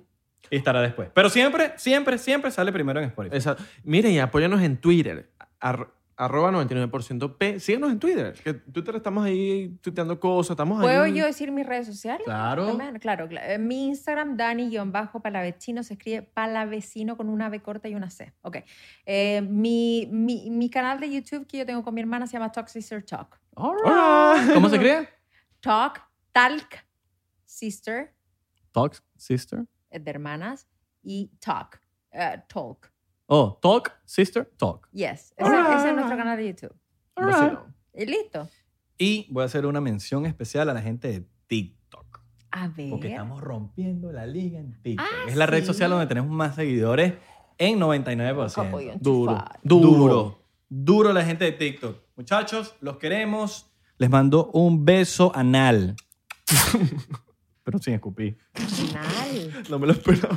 Y estará después. Pero siempre, siempre, siempre sale primero en Spotify. Exacto. Miren, y apóyanos en Twitter. Ar- arroba 99% P. Síguenos en Twitter. Que en Twitter estamos ahí tuiteando cosas. Estamos ¿Puedo ahí. yo decir mis redes sociales? Claro. También, Claro, claro. En Mi Instagram, Dani-Palavecino, se escribe Palavecino con una B corta y una C. Ok. Eh, mi, mi, mi canal de YouTube que yo tengo con mi hermana se llama Talk Sister Talk. Hola. ¿Cómo se escribe? Talk, Talk, Sister, Talk Sister. eh, de hermanas, y Talk, eh, Talk. Oh, Talk Sister Talk. Yes. Ese, ese es Ah. nuestro canal de YouTube. Vacilón. Y listo. Y voy a hacer una mención especial a la gente de TikTok. A ver. Porque estamos rompiendo la liga en TikTok. Ah, es la red sí. social donde tenemos más seguidores en 99%. Nunca he podido Duro. enchufar. Duro. Duro. Duro la gente de TikTok. Muchachos, los queremos. Les mando un beso [laughs] anal. Pero sin escupir. Anal. No me lo esperaba.